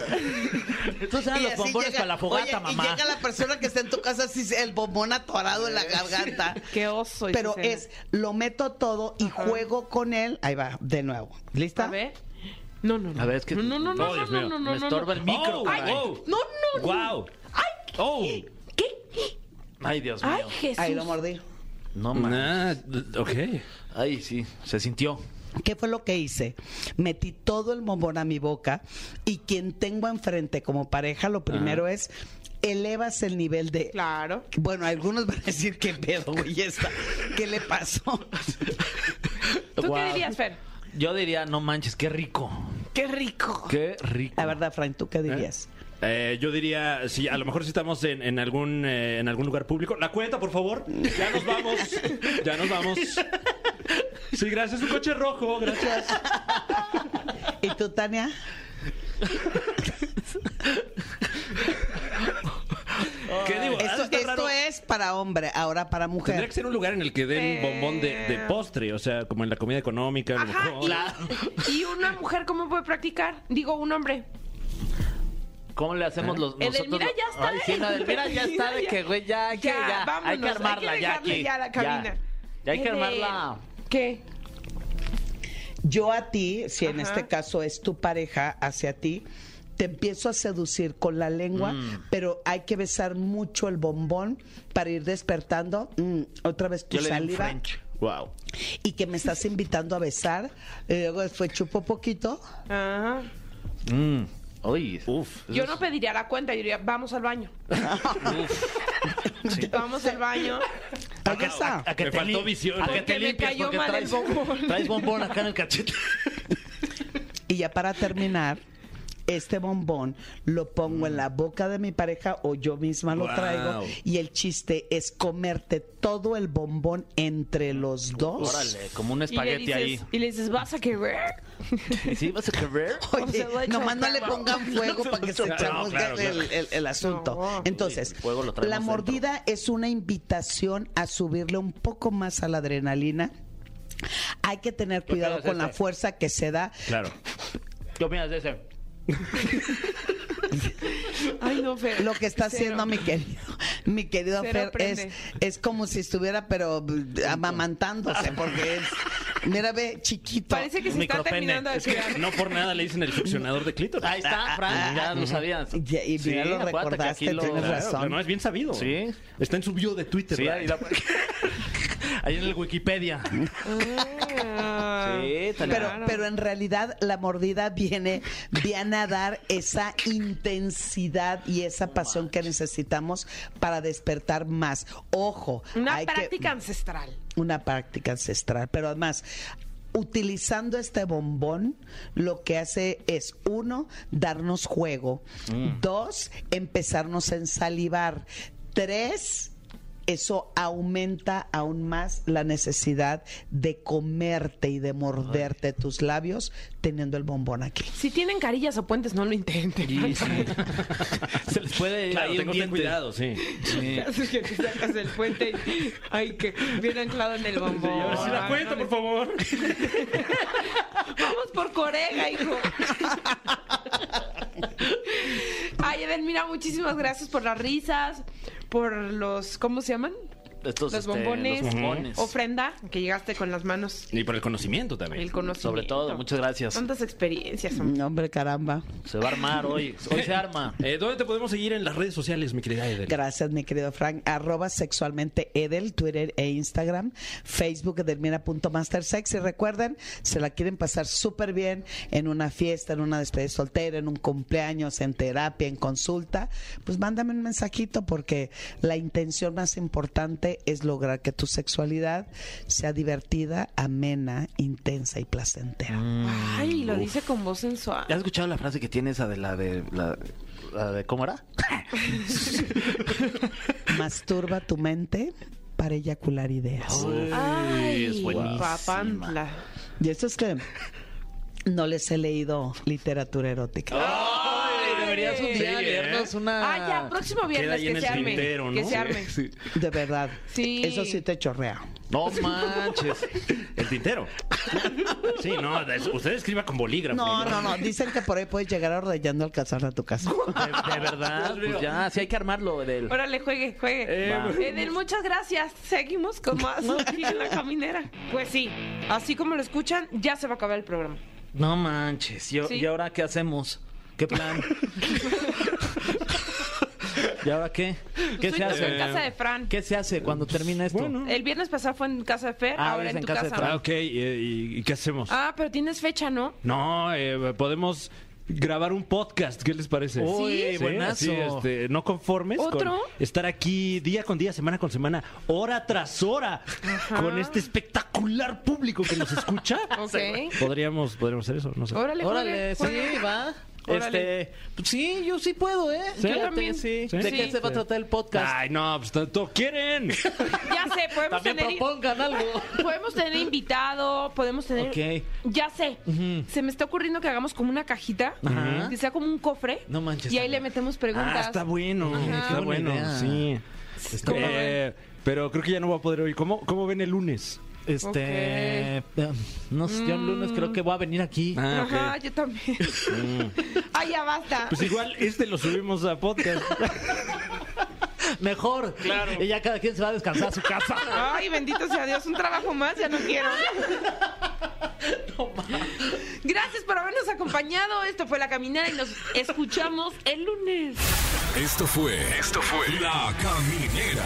Speaker 4: Estos eran
Speaker 7: Y
Speaker 4: los
Speaker 7: así
Speaker 4: bombones
Speaker 7: llega-
Speaker 4: para la fogata,
Speaker 7: oye,
Speaker 4: mamá.
Speaker 7: Y llega la persona que está en tu casa así el bombón atorado en la garganta.
Speaker 2: Qué oso. esa
Speaker 7: Pero
Speaker 2: escena.
Speaker 7: es, lo meto todo y juego con él. Ahí va, de nuevo. ¿Lista?
Speaker 2: A ver. No, no, no.
Speaker 4: A ver, es que-
Speaker 2: No, no, no, no,
Speaker 4: Oh, Dios
Speaker 2: no,
Speaker 4: mío,
Speaker 2: no, no,
Speaker 4: me
Speaker 2: no,
Speaker 4: estorba
Speaker 2: no.
Speaker 4: el micro,
Speaker 2: Oh,
Speaker 4: caray.
Speaker 2: ay, No, no, no.
Speaker 6: Wow.
Speaker 2: ¡Ay!
Speaker 6: Oh.
Speaker 2: ¿Qué?
Speaker 4: Ay, Dios mío.
Speaker 2: ¡Ay, Jesús!
Speaker 7: Ahí lo mordí.
Speaker 4: No manches.
Speaker 3: Nah, ok.
Speaker 4: Ay, sí, se sintió.
Speaker 7: ¿Qué fue lo que hice? Metí todo el bombón a mi boca y quien tengo enfrente como pareja, lo primero es elevas el nivel de.
Speaker 2: Claro.
Speaker 7: Bueno, algunos van a decir qué pedo, güey, esta. ¿Qué le pasó?
Speaker 2: ¿Tú qué
Speaker 4: Guau.
Speaker 2: dirías, Fer?
Speaker 4: Yo diría, no manches, qué rico.
Speaker 2: ¡Qué rico!
Speaker 4: Qué rico.
Speaker 7: La verdad, Frank, ¿tú qué dirías?
Speaker 3: Eh, yo diría, sí, a lo mejor si estamos en, en algún eh, en algún lugar público. La cuenta, por favor. Ya nos vamos. Ya nos vamos. Sí, gracias. Un coche rojo. Gracias.
Speaker 7: ¿Y tú, Tania?
Speaker 3: ¿Qué digo? Ah,
Speaker 7: Esto,
Speaker 3: está
Speaker 7: esto
Speaker 3: raro.
Speaker 7: es para hombre, ahora para
Speaker 3: Tendría
Speaker 7: mujer.
Speaker 3: que ser un lugar en el que den
Speaker 2: Eh.
Speaker 3: bombón de, de postre, o sea, como en la comida económica. a lo
Speaker 2: Ajá.
Speaker 3: mejor.
Speaker 2: Y, y una mujer, ¿cómo puede practicar? Digo, un hombre.
Speaker 4: ¿Cómo le
Speaker 7: ¿Eh?
Speaker 4: hacemos los nosotros?
Speaker 2: Edelmira
Speaker 4: los-
Speaker 2: ya está.
Speaker 4: Ay, sí, no, Edelmira ya está de que, güey, ya, hay que,
Speaker 2: Ya,
Speaker 4: ya, hay
Speaker 2: vámonos,
Speaker 4: que
Speaker 2: hay que
Speaker 4: armarla ya
Speaker 2: dejarle
Speaker 4: aquí.
Speaker 2: ya la cabina.
Speaker 4: Ya hay que
Speaker 2: Edel.
Speaker 4: armarla.
Speaker 2: ¿Qué?
Speaker 7: Yo a ti, si en
Speaker 2: Ajá.
Speaker 7: este caso es tu pareja hacia ti, te empiezo a seducir con la lengua,
Speaker 4: Mm.
Speaker 7: pero hay que besar mucho el bombón para ir despertando mm, otra vez tu
Speaker 4: Yo le di un
Speaker 7: saliva
Speaker 4: French.
Speaker 3: Wow.
Speaker 7: y que me estás invitando a besar. Y luego después chupo poquito.
Speaker 2: Ajá.
Speaker 4: Mm. Uy. Uf.
Speaker 2: Yo no pediría la cuenta, yo diría, vamos al baño. Vamos al baño.
Speaker 7: Ahí está.
Speaker 4: A que
Speaker 3: Me
Speaker 4: te Ah,
Speaker 3: faltó
Speaker 4: lim-
Speaker 3: visión.
Speaker 4: A que
Speaker 2: Porque
Speaker 4: te
Speaker 2: me
Speaker 4: limpies
Speaker 2: cayó
Speaker 4: porque
Speaker 2: mal el
Speaker 4: traes,
Speaker 2: bombón.
Speaker 4: traes bombón acá en el cachete.
Speaker 7: Y ya para terminar, este bombón lo pongo en la
Speaker 4: Mm.
Speaker 7: boca de mi pareja o yo misma lo
Speaker 3: Wow.
Speaker 7: traigo. Y el chiste es comerte todo el bombón entre los dos.
Speaker 4: Órale, como
Speaker 2: Y
Speaker 4: un
Speaker 2: le,
Speaker 4: espagueti ahí.
Speaker 2: dices, y le dices, vas a querer.
Speaker 4: ¿Sí vas a querer?
Speaker 7: Oye,
Speaker 2: O sea,
Speaker 7: nomás no le
Speaker 2: claro.
Speaker 7: pongan fuego para que se
Speaker 3: No,
Speaker 7: chamusque
Speaker 3: claro, claro.
Speaker 7: el, el- el asunto.
Speaker 2: No.
Speaker 7: Entonces,
Speaker 4: Uy, el fuego lo traemos
Speaker 7: la mordida es una invitación a subirle un poco más a la adrenalina. Hay que tener cuidado
Speaker 4: pedo es
Speaker 7: con la
Speaker 4: este?
Speaker 7: fuerza que se da.
Speaker 3: Claro.
Speaker 4: ¿Qué opinas de ese?
Speaker 2: Ay, no, Fer.
Speaker 7: Lo que está
Speaker 2: Cero.
Speaker 7: haciendo mi querido, mi querido
Speaker 2: Cero
Speaker 7: Fer es,
Speaker 2: prende.
Speaker 7: es como si estuviera, pero amamantándose, porque es Mira, ve, chiquito.
Speaker 2: Parece que se está terminando de
Speaker 3: Es que
Speaker 2: cuidar.
Speaker 3: no por nada le dicen el succionador de clítoris.
Speaker 4: Ahí está, Fran, ya lo sabías.
Speaker 7: Y, y
Speaker 4: Sí,
Speaker 7: mira, lo
Speaker 4: acuérdate que
Speaker 7: recordaste,
Speaker 4: aquí lo-
Speaker 7: tienes
Speaker 4: claro,
Speaker 7: razón.
Speaker 3: No, es bien sabido.
Speaker 4: Sí.
Speaker 3: Está en su bio de Twitter.
Speaker 4: Sí,
Speaker 3: ¿verdad?
Speaker 4: ahí, la- ahí en el Wikipedia.
Speaker 2: Ah.
Speaker 4: Sí, tal-
Speaker 7: Pero,
Speaker 2: Claro.
Speaker 7: pero en realidad la mordida viene, viene a dar esa intensidad y esa pasión que necesitamos para despertar más. Ojo,
Speaker 2: Una
Speaker 7: hay que-
Speaker 2: práctica ancestral.
Speaker 7: una práctica ancestral, pero además utilizando este bombón lo que hace es uno darnos juego, dos empezarnos a ensalivar, tres eso aumenta aún más la necesidad de comerte y de morderte tus labios teniendo el bombón aquí.
Speaker 2: Si tienen carillas o puentes, no lo intenten.
Speaker 4: Se les puede ir
Speaker 3: Claro,
Speaker 4: ahí un
Speaker 3: tengo que tener
Speaker 4: diente.
Speaker 3: cuidado, sí.
Speaker 2: Así que te sacas el puente y ay que bien anclado en el bombón.
Speaker 3: A ver si la
Speaker 2: Ay,
Speaker 3: cuenta,
Speaker 2: no
Speaker 3: por
Speaker 2: les-
Speaker 3: favor.
Speaker 2: Vamos por Corega, hijo. Ay, Edelmira, muchísimas gracias por las risas, por los, ¿cómo se llaman? los
Speaker 4: Estos, este,
Speaker 2: bombones,
Speaker 4: los bombones.
Speaker 2: ofrenda, que llegaste con las manos,
Speaker 3: Y por el conocimiento también.
Speaker 2: el conocimiento.
Speaker 4: Sobre todo, muchas gracias.
Speaker 2: Tantas experiencias. hombre.
Speaker 7: Hombre, caramba.
Speaker 4: Se va a armar hoy. Hoy se arma.
Speaker 3: Eh, ¿Dónde te podemos seguir en las redes sociales, mi querida Edel?
Speaker 7: Gracias, mi querido Frank. Arroba sexualmente Edel, Twitter e Instagram, Facebook Edelmira.mastersex. Y recuerden, se la quieren pasar súper bien en una fiesta, en una despedida soltera, en un cumpleaños, en terapia, en consulta. Pues mándame un mensajito porque la intención más importante es lograr que tu sexualidad sea divertida, amena, intensa y placentera.
Speaker 2: Mm.
Speaker 4: Mm.
Speaker 2: Ay, lo dice con voz sensual.
Speaker 4: ¿Has escuchado la frase que tiene esa de la de la, la de cómo era?
Speaker 7: Masturba tu mente para eyacular ideas.
Speaker 2: Ay,
Speaker 4: es buenísima.
Speaker 2: papantla.
Speaker 7: Y esto es que no les he leído literatura erótica.
Speaker 4: Ay, deberías un día
Speaker 3: Sí, ¿eh?
Speaker 4: leernos una.
Speaker 2: Ah, ya, próximo viernes
Speaker 3: Queda ahí en
Speaker 2: que
Speaker 3: el
Speaker 2: se arme.
Speaker 3: tintero, ¿no?
Speaker 2: Que se arme.
Speaker 7: De verdad.
Speaker 2: Sí.
Speaker 7: Eso sí te chorrea.
Speaker 4: No manches.
Speaker 3: El tintero. Sí, no, es- usted escriba con bolígrafo.
Speaker 7: No, no, no. Dicen que por ahí puedes llegar ordeñando al cazar a tu casa.
Speaker 4: De, de verdad, pues ya, sí hay que armarlo del.
Speaker 2: Órale, juegue, juegue. Eh,
Speaker 4: Va.
Speaker 2: Edel, muchas gracias. Seguimos con más aquí en la caminera. Pues sí, así como lo escuchan, ya se va a acabar el programa.
Speaker 4: No manches. ¿Y,
Speaker 2: Sí.
Speaker 4: y ahora qué hacemos? ¿Qué plan? ¿Y ahora qué? ¿Qué
Speaker 2: Tú
Speaker 4: se
Speaker 2: y yo en
Speaker 4: hace?
Speaker 2: casa de Fran.
Speaker 4: ¿Qué se hace cuando termina esto?
Speaker 3: Bueno.
Speaker 2: El viernes pasado fue en casa de Fer,
Speaker 4: Ah,
Speaker 2: ahora
Speaker 4: es
Speaker 2: en,
Speaker 4: en
Speaker 2: tu
Speaker 4: casa
Speaker 2: casa.
Speaker 4: de
Speaker 3: Ah, ok. ¿Y, y- y qué hacemos?
Speaker 2: Ah, pero tienes fecha, ¿no?
Speaker 3: No, eh, podemos grabar un podcast. ¿Qué les parece?
Speaker 4: Uy, buenazo.
Speaker 3: sí, este, no conformes
Speaker 2: ¿Otro?
Speaker 3: con estar aquí día con día, semana con semana, hora tras hora, con este espectacular público que nos escucha.
Speaker 2: Ok.
Speaker 3: Podríamos, podríamos hacer eso, no sé.
Speaker 2: Órale, juegue,
Speaker 4: Órale,
Speaker 2: juegue.
Speaker 4: sí, va.
Speaker 2: Órale.
Speaker 4: Este, pues sí, yo sí puedo, ¿eh?
Speaker 2: Yo también.
Speaker 4: sí.
Speaker 3: Sí.
Speaker 4: ¿De
Speaker 3: Sí.
Speaker 4: qué se va a tratar el podcast?
Speaker 3: Ay, no, pues tanto
Speaker 2: Ya sé,
Speaker 3: quieren.
Speaker 2: podemos
Speaker 4: También
Speaker 2: tener,
Speaker 4: propongan algo.
Speaker 2: podemos tener invitado, podemos tener...
Speaker 4: Ok.
Speaker 2: Ya sé, se me está ocurriendo que hagamos como una cajita,
Speaker 4: Ajá.
Speaker 2: que sea como un cofre,
Speaker 4: No manches,
Speaker 2: y ahí
Speaker 4: Ana.
Speaker 2: le metemos preguntas.
Speaker 3: Ah, está bueno,
Speaker 2: Ajá. Qué
Speaker 3: está
Speaker 4: buena
Speaker 3: bueno,
Speaker 4: idea.
Speaker 3: sí.
Speaker 4: Está
Speaker 2: ¿Cómo
Speaker 3: Eh, pero creo que ya no voy a poder oír. ¿Cómo, cómo ven el lunes?
Speaker 4: Este, eh, no sé, yo el lunes creo que voy a venir aquí.
Speaker 3: Ah, ok.
Speaker 2: Ajá, yo también.
Speaker 4: Mm.
Speaker 2: Ay, ya basta.
Speaker 3: Pues igual este lo subimos a podcast.
Speaker 4: Mejor. Claro. Y ya cada quien se va a descansar a su casa.
Speaker 2: Ay, bendito sea Dios, un trabajo más, ya no quiero. Gracias por habernos acompañado. Esto fue La Caminera y nos escuchamos el lunes.
Speaker 1: Esto fue. Esto fue. La Caminera.